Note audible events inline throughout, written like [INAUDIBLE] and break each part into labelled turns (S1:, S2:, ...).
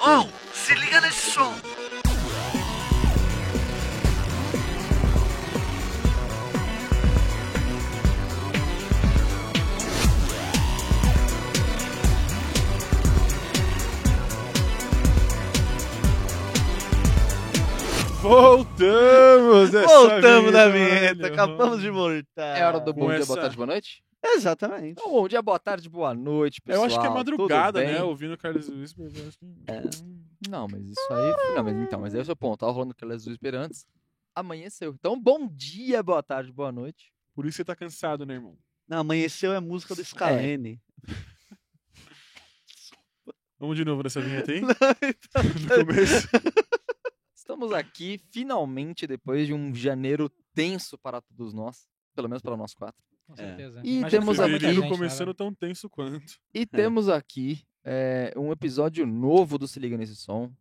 S1: Oh, se liga nesse som.
S2: Voltamos! é dessa
S1: Voltamos da
S2: vinheta,
S1: vinheta,
S2: olha.
S1: acabamos de voltar.
S3: É hora do
S2: Com
S3: bom dia,
S2: essa-
S3: boa tarde, boa noite?
S1: Exatamente.
S3: Então, bom dia, boa tarde, boa noite, pessoal.
S2: Eu acho que é madrugada,
S3: tudo
S2: né?
S3: bem? É.
S2: Ouvindo o Carlos Whisper. eu acho que-
S3: Não, mas isso aí. Não, mas então, mas aí é o seu ponto. Tava rolando aquelas duas esperantes. Amanheceu. Então, bom dia, boa tarde, boa noite.
S2: Por isso você tá cansado, né, irmão?
S1: Não, amanheceu é música do Scalene.
S2: Vamos de novo nessa vinheta
S3: [LAUGHS]
S2: aí? [LAUGHS]
S1: então-
S2: no começo.
S3: Estamos aqui, finalmente, depois de um janeiro tenso para todos nós. Pelo menos para nós quatro.
S4: Com
S1: É.
S4: certeza.
S3: E
S4: Mas
S3: temos
S4: já foi
S3: aqui-
S4: muita
S2: Fevereiro
S4: gente, né?
S2: começando é tão tenso quanto.
S3: E temos aqui é, um episódio novo do Se Liga Nesse Som.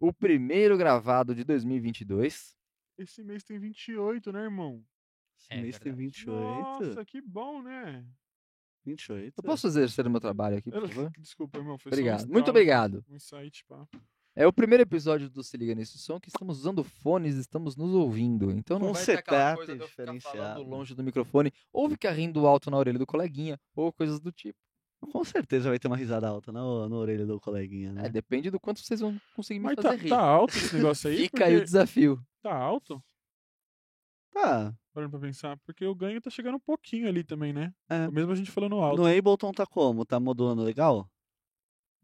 S3: O primeiro gravado de 2022.
S2: Esse mês tem 28, né, irmão?
S4: É
S1: Mês tem
S4: verdade.
S1: 28.
S2: Nossa, que bom, né?
S1: 28.
S3: Eu posso exercer o meu trabalho aqui, por
S2: Eu-
S3: favor?
S2: [LAUGHS] Desculpa, irmão. Foi só um
S3: Obrigado.
S2: estalo,
S3: Muito obrigado.
S2: Um insight, pá.
S3: É o primeiro episódio do Se Liga Nesse Som que estamos usando fones, estamos nos ouvindo. Então não
S1: Um
S3: vai ter aquela
S1: setup
S3: coisa de eu ficar falando
S1: diferenciado.
S3: longe do microfone, ou ficar rindo alto na orelha do coleguinha, ou coisas do tipo.
S1: Com certeza vai ter uma risada alta na, na orelha do coleguinha, né?
S3: É, depende do quanto vocês vão conseguir me
S2: Mas tá,
S3: fazer rir.
S2: tá alto esse negócio aí?
S3: [LAUGHS] Fica
S2: porque...
S3: aí o desafio.
S2: Tá alto?
S1: Tá.
S2: Parando pra pensar. Porque o ganho tá chegando um pouquinho ali também, né?
S1: É.
S2: Mesmo a gente falando alto.
S1: No Ableton tá como? Tá modulando legal?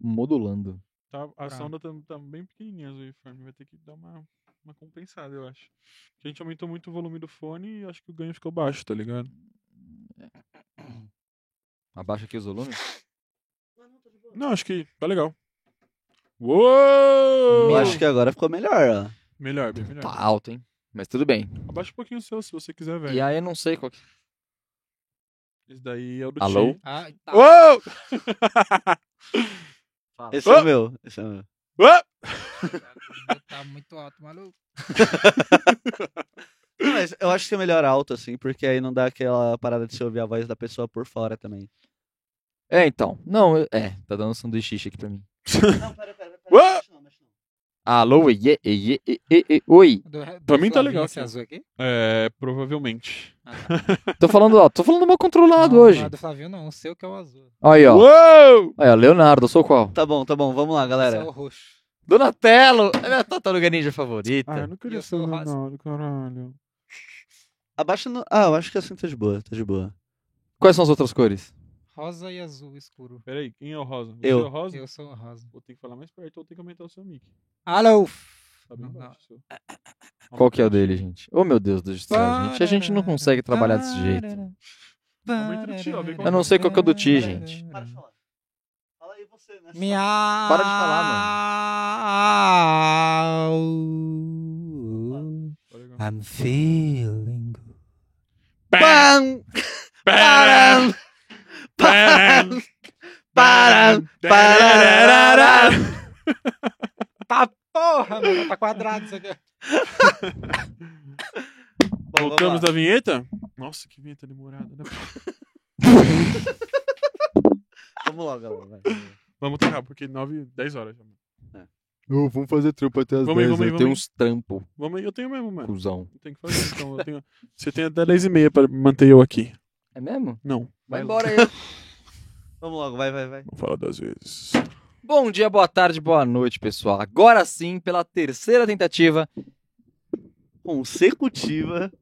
S3: Modulando.
S2: Tá, a
S4: Tá.
S2: sonda tá, tá bem pequenininha, o waveform. Vai ter que dar uma, uma compensada, eu acho. Porque a gente aumentou muito o volume do fone e acho que o ganho ficou baixo, tá ligado?
S3: Abaixa aqui os volumes.
S2: Não, acho que tá legal. Uou!
S1: Eu
S3: Meu.
S1: acho que agora ficou melhor, ó.
S2: Melhor, bem melhor.
S3: Tá alto, hein? Mas tudo bem.
S2: Abaixa um pouquinho o seu, se você quiser,
S3: E
S2: velho.
S3: aí eu não sei qual que...
S2: Esse daí é o do
S3: Alô?
S2: Ti.
S4: Ah, tá.
S2: Uou!
S1: Esse é
S2: Oh!
S1: o meu. Esse é o meu.
S2: Uou!
S4: Tá muito alto, maluco.
S1: Não, mas eu acho que é melhor alto, assim, porque aí não dá aquela parada de se ouvir a voz da pessoa por fora também.
S3: É, então. Não, eu- é. Tá dando um sanduíche aqui pra mim.
S1: Não, pera, pera,
S2: pera, Ué?
S1: não,
S3: Alô, e, e, e, e, e, e, oi.
S4: Do,
S2: Pra mim tá
S4: Flavinho,
S2: legal
S4: Esse
S2: aqui.
S4: azul aqui?
S2: É, provavelmente.
S3: Tô falando alto. Tô falando mal controlado
S4: Não,
S3: hoje.
S4: não é do Flavinho não, o seu que é o azul.
S3: Aí, ó.
S2: Uou!
S3: Aí, ó. Leonardo, eu sou qual?
S1: Tá bom, tá bom, vamos lá,
S4: Esse é
S1: galera.
S4: o roxo.
S3: Donatello! É minha tartaruga ninja favorita.
S2: Ah, eu não queria
S4: eu
S2: ser
S4: sou
S2: o
S4: rosa.
S2: Leonardo, caralho.
S1: Abaixa no. Ah, eu acho que assim tá de boa, tá de boa.
S3: Quais são as outras cores?
S4: Rosa e azul escuro.
S2: Peraí, quem é o Rosa? Você
S1: Eu.
S2: é o Rosa?
S4: Eu sou o rosa.
S2: Ou tem que falar mais perto ou tem que aumentar o seu mic.
S4: Alô!
S2: Tá bem
S4: Não,
S2: baixo o seu.
S3: Qual que é o dele, gente? Ô meu Deus do céu, gente. A gente não consegue trabalhar desse jeito.
S2: Aumenta o tio, ó, vê qual
S3: Eu não sei qual que é o do ti, gente.
S1: falar. Fala aí você, né?
S4: Minha...
S3: Para de falar,
S4: mano.
S2: Tá legal.
S4: I'm feeling good.
S1: [LAUGHS] Pam! Param! Param! Param! Param!
S4: Tá porra, mano. Tá quadrado isso aqui.
S2: Voltamos da vinheta? Nossa, que vinheta demorada. né?
S1: Vamos lá, galera. vai.
S2: Vamos tocar, porque 9, 10 horas. já.
S3: vamos fazer trampo até as
S2: Vamos aí, 10, vamos aí, né? vamos
S3: Tem
S2: aí.
S3: uns Hum. trampos,
S2: Vamos aí, eu tenho mesmo, mano.
S3: cuzão.
S2: Não tem que fazer, então eu tenho... Você tem até 10 e meia pra manter eu aqui.
S3: É mesmo?
S2: Não.
S3: Vai
S2: lá.
S3: embora aí.
S1: Vamos logo, vai, vai, vai.
S2: Não fala das vezes.
S3: Bom dia, boa tarde, boa noite, pessoal. Agora sim, pela terceira tentativa,
S1: Consecutiva.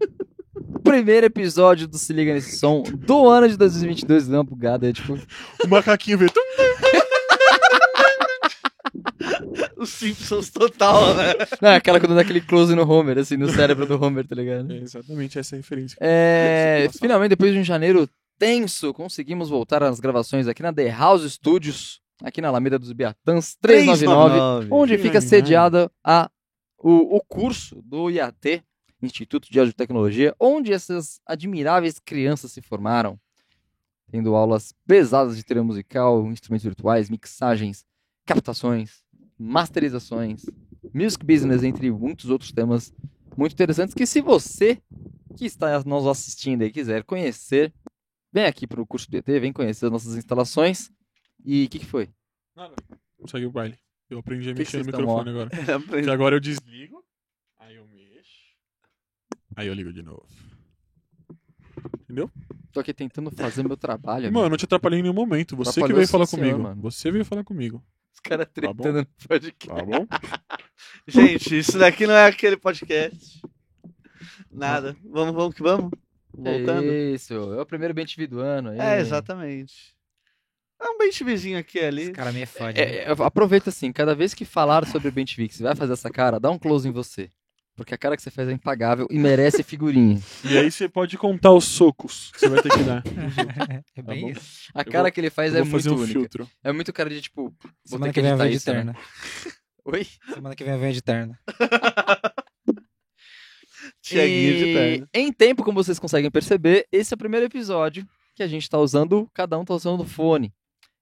S1: [LAUGHS]
S3: o primeiro episódio do Se Liga Nesse Som do ano de 2022. Não, bugado, é tipo... [LAUGHS]
S2: O macaquinho veio... tum,
S1: Os Simpsons total, né?
S3: Não, é aquela quando dá aquele close no Homer, assim, no cérebro do Homer, tá ligado?
S2: É exatamente essa referência.
S3: É,
S2: Nossa.
S3: finalmente, depois de um janeiro tenso, conseguimos voltar às gravações aqui na The House Studios, aqui na Alameda dos Beatãs
S1: né?
S3: 399, onde fica
S2: 399.
S3: sediada a, o, o curso do IAT, Instituto de Audiotecnologia, onde essas admiráveis crianças se formaram, tendo aulas pesadas de teoria musical, instrumentos virtuais, mixagens, captações, masterizações, music business, entre muitos outros temas muito interessantes que se você que está nos assistindo e quiser conhecer, vem aqui para o curso do ET, vem conhecer as nossas instalações. E o que, que foi?
S2: Nada. Segue o baile. Eu aprendi a
S3: Que que
S2: mexer no
S3: vocês tão,
S2: microfone agora.
S3: [LAUGHS]
S1: [LAUGHS]
S2: Que agora eu desligo, aí eu mexo, aí eu ligo de novo. Entendeu?
S3: Tô aqui tentando fazer meu trabalho.
S2: Mano, eu não te atrapalhei em nenhum momento. Você que
S3: Atrapalhou
S2: veio
S3: sim,
S2: falar
S3: senhor,
S2: comigo.
S3: mano.
S2: Você veio falar comigo.
S3: os
S1: é
S3: caras
S2: bom.
S3: tretando no podcast.
S1: [LAUGHS]
S2: Tá bom?
S1: Gente, isso daqui não é aquele podcast. Nada. Vamos, vamos que vamos? Voltando.
S3: É isso, é o primeiro bem do ano. aí.
S1: É, exatamente. É um bem vizinho aqui e
S4: Esse
S1: ali.
S4: cara me é fã. né?
S3: É, é, aproveita assim, cada vez que falar sobre o Bent Vix, vai fazer essa cara, dá um close em você. Porque a cara que você faz é impagável e merece figurinha.
S2: E aí você pode contar os socos que você vai ter que
S3: [LAUGHS]
S2: dar.
S4: [LAUGHS]
S2: Tá
S4: É bem
S2: bom.
S4: isso.
S3: A
S2: Eu
S3: cara
S2: vou-
S3: que ele faz
S2: Eu
S3: é
S2: vou fazer
S3: muito
S2: um
S3: única.
S2: filtro.
S3: É muito cara de tipo, vou
S4: Semana
S3: ter
S4: que
S3: que
S2: é
S4: vem eu
S3: editar
S4: venho de
S3: isso. Né?
S4: terno.
S3: Oi?
S4: Semana que vem eu venho de terno.
S1: Tiaguinho de
S3: E,
S1: perna.
S3: Em tempo, como vocês conseguem perceber, esse é o primeiro episódio que a gente tá usando, cada um tá usando o fone.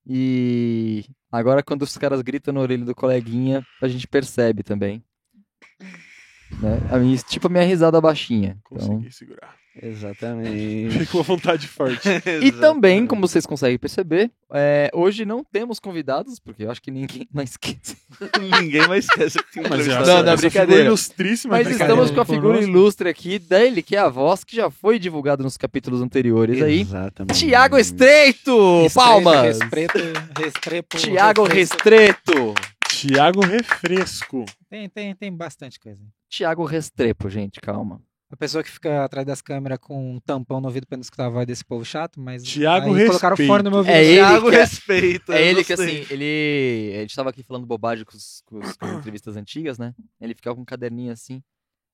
S3: E agora quando os caras gritam na orelha do coleguinha, a gente percebe também. Né? A minha- tipo a minha risada baixinha. Então...
S2: Consegui segurar.
S1: Exatamente.
S2: [LAUGHS] Fiquei com a vontade forte.
S1: [LAUGHS]
S3: E também, como vocês conseguem perceber, é, hoje não temos convidados, porque eu acho que ninguém [LAUGHS] mais esquece.
S1: Ninguém mais esquece que tem um
S2: Mas é
S1: entrevistado.
S3: Não,
S2: essa,
S3: não,
S2: essa figura
S3: brincadeira.
S2: ilustríssima. é
S3: Mas
S2: brincadeira.
S3: estamos com a figura
S2: Conosco.
S3: ilustre aqui dele, que é a voz que já foi divulgada nos capítulos anteriores aí.
S1: Exatamente.
S3: Tiago Estreito! Palmas!
S4: Restrepo, restrepo,
S3: Tiago
S4: refresco.
S3: Restreto!
S2: Tiago Refresco.
S4: Tem, tem, tem bastante coisa.
S3: Tiago Restrepo, gente, calma.
S4: A pessoa que fica atrás das câmeras com um tampão no ouvido pra não escutar a voz desse povo chato, mas.
S2: Thiago
S4: aí colocaram
S2: Respeito.
S4: fone no meu ouvido.
S3: É ele
S1: Tiago
S3: que é-
S1: respeita.
S3: É
S1: eu
S3: ele que
S1: gostei.
S3: assim, ele. A gente tava aqui falando bobagem com, os- com os- com as entrevistas antigas, né? Ele ficava com um caderninho assim.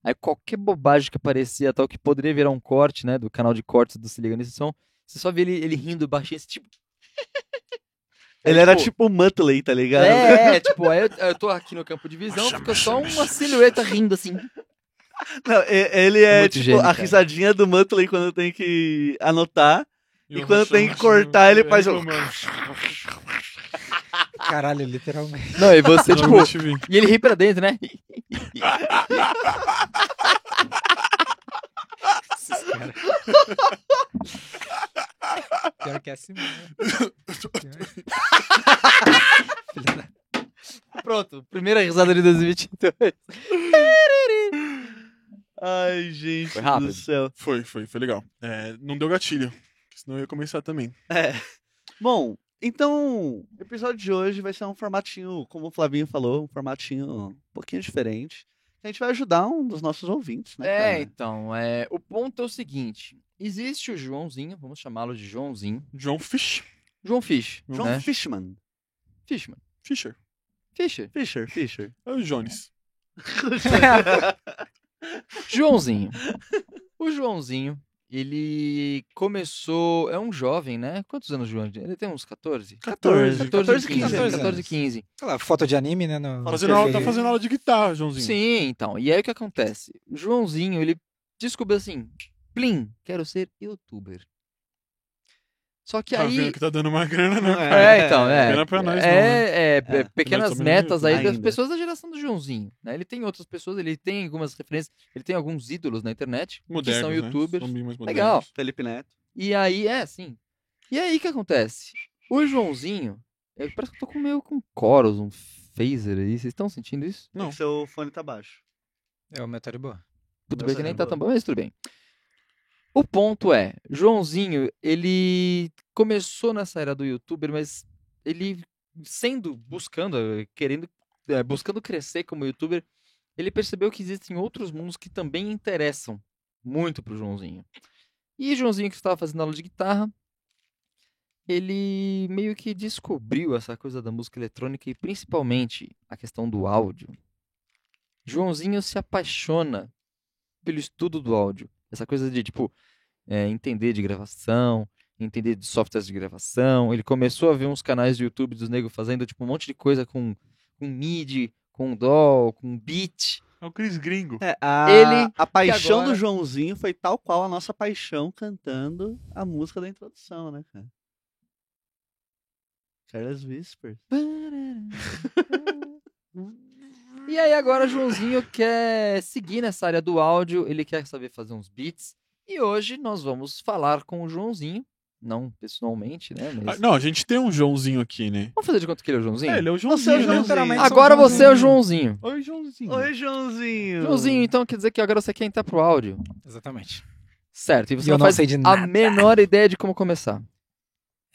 S3: Aí qualquer bobagem que aparecia, tal, que poderia virar um corte, né? Do canal de cortes do Se Liga Nesse Som. Você só vê ele, ele rindo baixinho, esse tipo.
S1: Ele era tipo o Muttley, tá ligado?
S3: É, é, tipo, aí eu, eu tô aqui no campo de visão, fica só uma silhueta rindo assim.
S1: [LAUGHS] Não, e- ele é,
S3: Muito
S1: tipo
S3: gênio,
S1: a
S3: cara.
S1: risadinha do Muttley quando tem que anotar. E
S2: eu
S1: quando
S2: vou
S1: tem que
S2: chamar-
S1: cortar, ele
S2: É,
S1: faz um o-
S2: mano.
S1: [LAUGHS]
S4: Caralho, literalmente.
S3: Não, e você,
S2: Não,
S3: [LAUGHS] tipo.
S2: eu te vi.
S3: E ele ri pra dentro, né?
S4: Esses caras. [LAUGHS] Pior que é assim mesmo. né?
S3: Pronto, primeira risada de 2022.
S1: Ai, gente
S3: Foi rápido.
S1: do céu.
S2: Foi, foi, foi legal. É, não deu gatilho. Senão eu ia começar também.
S1: Bom, então, o episódio de hoje vai ser um formatinho, como o Flavinho falou, um formatinho um pouquinho diferente. A gente vai ajudar um dos nossos ouvintes, né?
S3: É,
S1: cara?
S3: então, é, o ponto é o seguinte: existe o Joãozinho, vamos chamá-lo de Joãozinho.
S2: John Fish.
S3: João Fish.
S1: John
S3: né?
S1: Fishman.
S3: Fishman.
S2: Fisher.
S3: Fischer.
S1: Fisher, Fisher.
S2: É o Jones.
S4: né?
S3: Joãozinho. O Joãozinho, ele começou. É um jovem, né? Quantos anos, Joãozinho? Ele tem uns 14?
S1: 14,
S3: 14,
S1: 14,
S3: 15.
S1: 15.
S4: 14
S3: 14, 15.
S4: Sei lá, foto de anime, né? No...
S1: Fala,
S2: Fazendo aula, tá
S3: é
S1: Perfeito.
S2: fazendo aula de guitarra, Joãozinho.
S3: Sim, então. E aí o que acontece? O Joãozinho, ele descobriu assim: Plim, quero ser youtuber. Só que
S2: Tá
S3: aí.
S2: vendo que tá dando uma grana, né?
S1: É,
S2: cara?
S3: É,
S1: [LAUGHS]
S3: então, é.
S2: Pena pra nós, não,
S3: é,
S2: né?
S3: é, é,
S1: É.
S3: pequenas
S2: Nós também não
S3: metas aí das
S1: ainda.
S3: pessoas da geração do Joãozinho. né? Ele tem outras pessoas, ele tem algumas referências, ele tem alguns ídolos na internet que são
S2: Modernos, né?
S3: youtubers.
S2: São bem mais modernos.
S3: Legal.
S1: Felipe Neto.
S3: E aí, é assim. E aí o que acontece? O Joãozinho, eu, parece que eu tô com meio com coros, um phaser aí. Vocês estão sentindo isso?
S2: Não.
S1: Seu fone tá baixo.
S4: É o meu tá de boa.
S3: Tudo
S1: Meu
S3: bem que nem tá
S1: cérebro.
S3: tão bom, mas tudo bem. O ponto é, Joãozinho, ele começou nessa era do youtuber, mas ele sendo, buscando, eh, querendo, eh, buscando crescer como youtuber, ele percebeu que existem outros mundos que também interessam muito pro Joãozinho. E Joãozinho, que estava fazendo aula de guitarra, ele meio que descobriu essa coisa da música eletrônica e principalmente a questão do áudio. Joãozinho se apaixona pelo estudo do áudio. Essa coisa de, tipo, é, entender de gravação, entender de softwares de gravação. Ele começou a ver uns canais do YouTube dos negros fazendo, tipo, um monte de coisa com, com MIDI, com DAW, com beat.
S2: É o Chris Gringo.
S1: É, a,
S3: Ele
S1: a paixão
S3: agora-
S1: do Joãozinho foi tal qual a nossa paixão cantando a música da introdução, né, cara? Carlos Whisper.
S3: E aí agora o Joãozinho quer seguir nessa área do áudio, ele quer saber fazer uns beats. E hoje nós vamos falar com o Joãozinho, não pessoalmente, né?
S2: Ah,
S3: Mas...
S2: não, a gente tem um Joãozinho aqui, né?
S3: Vamos fazer de conta que ele é o Joãozinho?
S2: É, ele é o
S1: Você é o
S2: Joãozinho. né?
S1: Joãozinho.
S3: Agora você é o Joãozinho.
S2: Oi, Joãozinho.
S1: Oi, Joãozinho.
S3: Joãozinho, então quer dizer que agora você quer entrar pro áudio.
S4: Exatamente.
S3: Certo, e
S4: E
S3: você
S4: eu
S3: não
S4: não
S3: faz
S4: sei de
S3: a
S4: nada.
S3: menor ideia de como começar.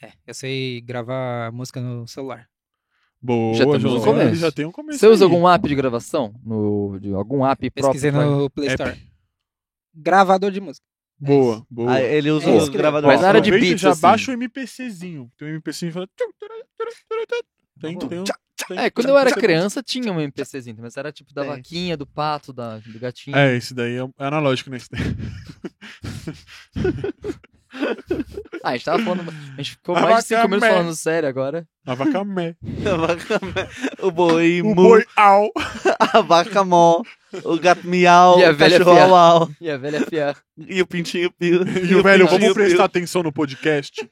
S4: É, eu sei gravar música no celular.
S2: Boa,
S3: Já temos um
S2: Joãozinho.
S3: começo.
S2: Ele já tem um começo.
S3: Você usa
S2: aí.
S3: algum app de gravação? No, de algum app
S4: Pesquisei
S3: próprio?
S4: no Play
S2: App.
S4: Store. Gravador de música. É
S2: Boa,
S4: isso.
S2: boa.
S1: Ah, ele usa
S4: É
S1: o
S4: isso que ele-
S1: gravador.
S3: Mas na área de
S2: Aproveita e
S3: beats,
S2: já
S3: assim.
S2: baixa o MPCzinho. Tem um MPCzinho e fala.
S3: Tá
S2: Tem, tem um- tem-
S3: É, quando eu era
S2: você-
S3: criança tinha um MPCzinho, mas era tipo da
S4: É.
S3: vaquinha, do pato, da, do gatinho.
S2: É, esse daí é é analógico, né? Esse daí. [LAUGHS]
S3: Ah, a gente tava falando. A gente ficou
S2: A
S3: mais de 5
S2: vaca
S3: minutos
S2: mé.
S3: falando sério agora.
S2: A vaca
S3: [LAUGHS]
S2: mé.
S1: [LAUGHS] o boi
S2: O
S1: mu,
S2: boi au.
S1: a vaca mó, o gato miau,
S3: E a
S1: o
S3: velha
S1: cachorro
S3: fia.
S1: au, au,
S3: E a velha FA.
S1: e o pintinho pio.
S2: E o velho, vamos
S1: pintinho
S2: prestar atenção no podcast.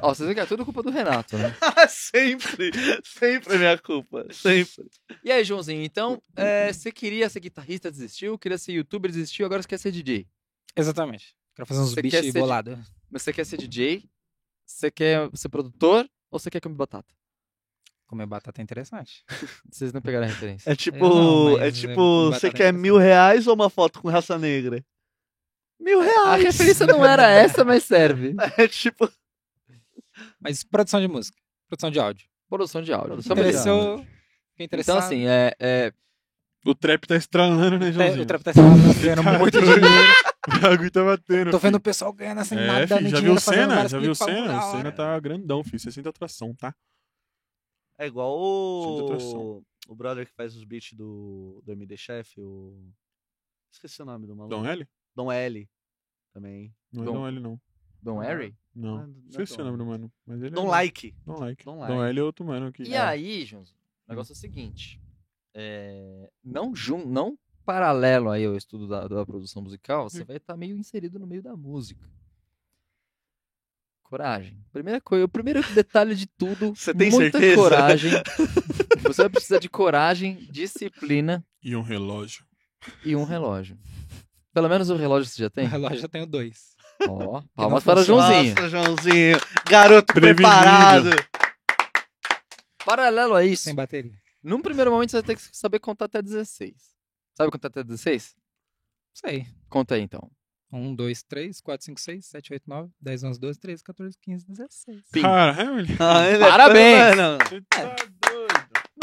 S3: Ó, vocês viram que é tudo culpa do Renato, né?
S1: pio. [LAUGHS] sempre, sempre é minha culpa, sempre.
S3: E aí, Joãozinho, então, é, você queria ser guitarrista, desistiu? Queria ser youtuber, desistiu? Agora você quer ser DJ.
S4: Exatamente. Quero fazer uns
S3: Você quer
S4: beats
S3: ser de-
S4: bolados.
S3: Mas você quer ser DJ? Você quer ser produtor? Ou você quer comer batata?
S4: Comer batata é interessante.
S3: Vocês não pegaram a referência.
S1: É tipo,
S4: não,
S1: é
S4: mas é
S1: tipo,
S4: batata
S1: você quer
S4: nessa.
S1: mil reais ou uma foto com raça negra? Mil
S2: É.
S3: A
S1: reais.
S3: referência não era essa, mas serve.
S1: É [LAUGHS] tipo,
S4: [LAUGHS] Mas produção de música. Produção de áudio.
S3: [LAUGHS] Produção de áudio.
S1: Produção
S3: Tamo
S1: de
S3: ligado.
S4: Interessou.
S3: Então,
S4: Fiquei interessado.
S3: assim, é, é,
S2: O trap tá estralando, né,
S4: Até-
S2: Joãozinho?
S4: o trap tá ganhando
S2: Cara,
S4: muito
S2: doido.
S4: dinheiro.
S2: [LAUGHS] O bagulho tá batendo.
S4: [LAUGHS] Tô vendo
S2: filho.
S4: o pessoal ganhando assim,
S2: É,
S4: nada,
S2: filho,
S4: nem
S2: já viu
S4: dinheiro,
S2: o
S4: fazendo
S2: Senna?
S4: vários
S2: Já viu o
S4: clipes pra
S2: Senna?
S4: mudar a
S2: O Senna
S4: hora.
S2: tá grandão, filho. 60 atração, tá?
S1: é igual
S2: Sinto atração.
S1: o... o brother que faz os beats do, do MD Chef, o... Esqueci o nome do maluco.
S2: Dom L?
S1: Dom L. Também.
S2: Não é
S3: Dom.
S2: Dom L, não.
S3: Don Harry.
S2: Não.
S1: Ah,
S2: Não sei se é o
S1: Dom.
S2: nome do mano. Mas ele é
S1: Don't
S2: bom.
S1: like.
S2: Don't like.
S1: Don't like.
S2: Don't like. Don't like é outro mano aqui.
S3: E aí, Joãozinho, o negócio é o seguinte. é, não, jun, não paralelo aí ao estudo da, da produção musical,
S1: Hum.
S3: você vai estar meio inserido no meio da música. Coragem. Primeira coisa, o primeiro detalhe de tudo,
S1: [LAUGHS] Você tem
S3: muita
S1: certeza? [LAUGHS]
S3: coragem. Você vai precisar de coragem, disciplina
S2: E um relógio.
S3: e um relógio. Pelo menos o relógio você já
S4: No
S1: [LAUGHS]
S3: tem.
S4: relógio eu tenho dois. [LAUGHS]
S3: Ó,
S4: não
S3: palmas para o
S4: funciona.
S3: Joãozinho.
S1: Nossa, Joãozinho. Garoto
S2: Prevenido.
S1: preparado.
S3: Paralelo a isso,
S4: Sem bateria.
S3: num primeiro momento você vai ter que saber contar até 16. Sabe contar até 16?
S4: Isso aí.
S3: Conta aí então.
S4: 1, 2, 3, 4, 5, 6, 7, 8, 9, 10, 11, 12, 13, 14, 15, 16.
S3: Sim.
S2: Caralho, ele-
S1: Ah, ele
S3: Parabéns.
S1: É
S2: você tá doido.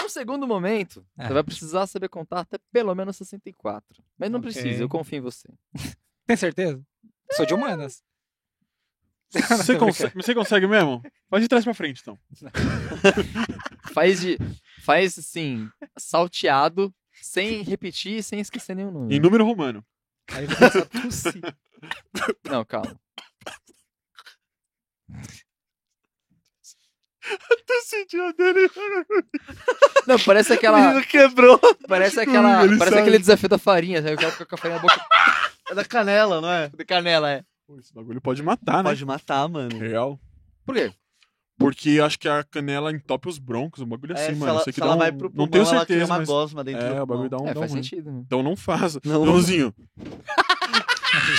S3: No segundo momento,
S4: É.
S3: você vai precisar saber contar até pelo menos 64. Mas não
S4: Ok.
S3: precisa, eu confio em você.
S4: Tem certeza? Sou de humanas.
S2: Você
S4: Tô
S2: consegue, você consegue mesmo? Faz de trás pra frente, então.
S3: Faz de. Faz assim, salteado, sem repetir e sem esquecer nenhum
S2: Em
S3: número.
S2: número romano.
S4: Aí eu vou começar a tossir.
S3: Não, [LAUGHS] calma.
S2: Tu sentiu dele?
S3: Não, parece [LAUGHS]
S1: O
S3: aquela.
S1: menino quebrou.
S3: Parece aquela.
S2: Ele
S3: Parece
S2: sabe.
S3: aquele desafio da farinha. sabe? O cara fica com a farinha na boca
S1: É da canela, não é?
S3: [LAUGHS] de canela, é.
S2: Pô, esse bagulho pode matar, né?
S1: Pode matar, mano.
S2: Real.
S3: Por quê?
S2: Porque acho que a canela entope os broncos, um bagulho assim,
S1: É, se
S2: mano.
S1: ela,
S2: Isso
S1: se
S2: aqui dá
S1: ela
S2: um-
S1: vai pro pulmão,
S2: não tenho
S1: ela cria
S2: certeza,
S1: uma
S2: mas...
S1: gosma dentro do
S2: É, o
S1: pulmão.
S2: bagulho dá um,
S3: é,
S2: dá um
S3: faz
S2: ruim.
S3: sentido. né?
S2: Então não faça.
S1: Não.
S2: Joãozinho.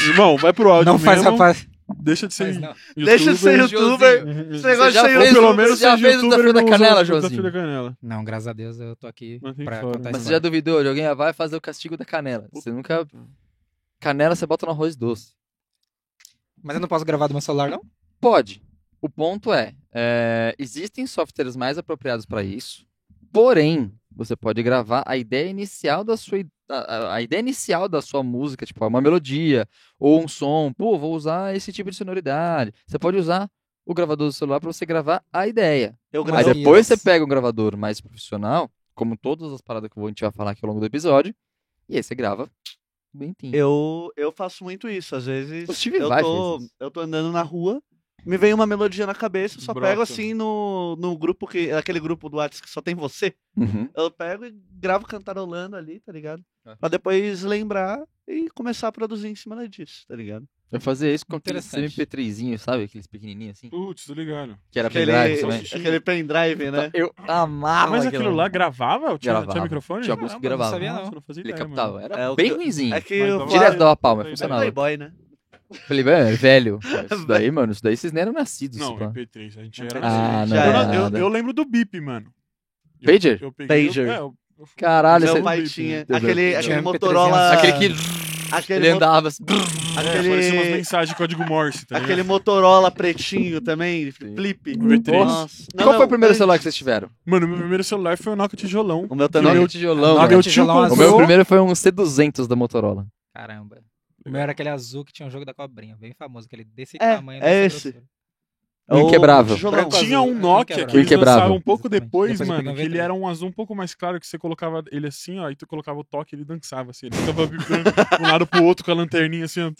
S2: Irmão, vai pro áudio
S4: Não
S2: mesmo.
S4: faz rapaz.
S2: Deixa de ser
S4: Faz não.
S2: youtuber.
S1: Deixa de ser youtuber.
S2: Uhum.
S1: Esse negócio
S3: já
S1: de um- ser
S3: fez
S2: Ou
S1: youtuber.
S2: pelo menos
S3: Você já
S2: seja
S3: fez o
S2: youtuber
S3: desafio
S2: e não
S3: da
S2: usa
S3: canela,
S2: o
S3: Joãozinho?
S2: Desafio da canela.
S4: Não, graças a Deus eu tô aqui
S2: Não tem
S4: pra
S2: fora,
S4: contar
S2: né?
S3: Mas
S4: isso.
S3: você já duvidou de alguém? Ah, Vai fazer o castigo da canela. Você nunca. Canela você bota no arroz doce.
S4: Mas eu não posso gravar do meu celular, não?
S3: Pode. O ponto é, é, existem softwares mais apropriados para isso, porém, você pode gravar a ideia inicial da sua i- a, a- a ideia inicial da sua música, tipo uma melodia ou um som, pô, vou usar esse tipo de sonoridade. Você pode usar o gravador do celular para você gravar a ideia.
S1: Eu
S4: Mas
S3: Aí
S1: gravo.
S4: é-
S3: depois
S4: isso.
S3: você pega um gravador mais profissional, como todas as paradas que eu vou- a gente vai falar aqui ao longo do episódio, e aí você grava bem
S1: Eu, eu faço muito isso. Às vezes
S3: O Steve
S1: eu
S3: Vai
S1: tô,
S3: fez isso.
S1: eu tô andando na rua, me vem uma melodia na cabeça, eu só
S2: Brota.
S1: pego assim no, no grupo que. Aquele grupo do WhatsApp que só tem você.
S3: Uhum.
S1: Eu pego e gravo cantarolando ali, tá ligado?
S3: Ah.
S1: Pra depois lembrar e começar a produzir em cima disso, tá ligado?
S3: Eu fazia isso com aqueles
S4: Interessante.
S3: MP3zinhos, sabe? Aqueles pequenininhos assim.
S2: Putz, tô ligado.
S3: Que era
S1: Aquele,
S3: pendrive também. Então,
S1: aquele pendrive, é né?
S3: Eu amava
S2: Mas
S3: aquilo.
S2: aquilo lá gravava? Tinha,
S3: Gravava.
S2: tinha microfone?
S3: Tinha alguns que
S4: Caramba, não
S3: gravavam.
S4: sabia, não.
S2: Nossa, não fazia
S3: Ele
S2: ideia, mano.
S3: captava. Era
S1: É, o
S3: bem
S1: que-
S3: ruimzinho.
S1: É que
S2: Mas
S1: eu
S2: vamos lá.
S3: Direto
S1: falo-
S3: dava palma,
S2: É
S1: é
S3: funcionava.
S1: Playboy, né?
S3: Falei, mano, é velho.
S1: [LAUGHS]
S3: Isso daí, mano, isso daí vocês nem eram nascidos.
S2: Não,
S3: pá.
S2: MP3. A gente
S1: Ah,
S2: era. assim.
S3: Ah, não.
S1: Já
S2: eu,
S1: era
S2: não- eu-
S3: nada.
S2: eu lembro do bip, mano. Eu-
S3: Pager?
S2: eu peguei- eu-
S1: Pager. É,
S2: é, eu- eu-
S3: Caralho,
S1: Meu
S3: você-
S1: pai
S2: Bip,
S1: tinha
S3: né?
S1: aquele,
S2: Tinha
S1: aquele
S4: MP300.
S1: Motorola.
S3: Aquele que.
S1: Ah, Aquele,
S3: Ele
S1: mo-
S3: andava assim.
S2: É, aparecia [LAUGHS] umas
S1: aquele,
S2: mensagens de código Morse, tá
S1: aquele
S2: ligado?
S1: Motorola pretinho também, flip.
S2: V3.
S1: Nossa. Não,
S3: Qual
S1: não,
S3: foi o primeiro
S1: grande.
S3: celular que vocês tiveram?
S2: Mano, meu primeiro celular foi o Nokia Tijolão.
S1: O meu
S3: Nokia
S1: também.
S3: tijolão.
S4: Nokia
S3: velho.
S2: meu tio
S4: tijolão
S3: O
S2: comprou.
S4: azul.
S3: meu primeiro foi um C200 da Motorola.
S4: Caramba. O meu era aquele azul que tinha um jogo da cobrinha, bem famoso, aquele desse
S1: É,
S4: tamanho.
S1: é
S4: dessa
S1: esse.
S4: grossura.
S1: É o
S3: Inquebrável.
S1: tijolão.
S4: Branco azul.
S2: Tinha um Nokia que
S4: Inquebrável.
S2: eles lançaram
S3: Inquebrável.
S2: um pouco
S4: Exatamente.
S2: depois,
S4: Depois eu
S2: mano,
S4: peguei
S2: que
S4: um
S2: ele
S4: V3.
S2: era um azul um pouco mais claro, que você colocava ele assim, ó, e tu colocava o toque, ele dançava, assim, ele
S3: [LAUGHS]
S2: ficava vibrando de um lado pro outro com a lanterninha, assim, ó.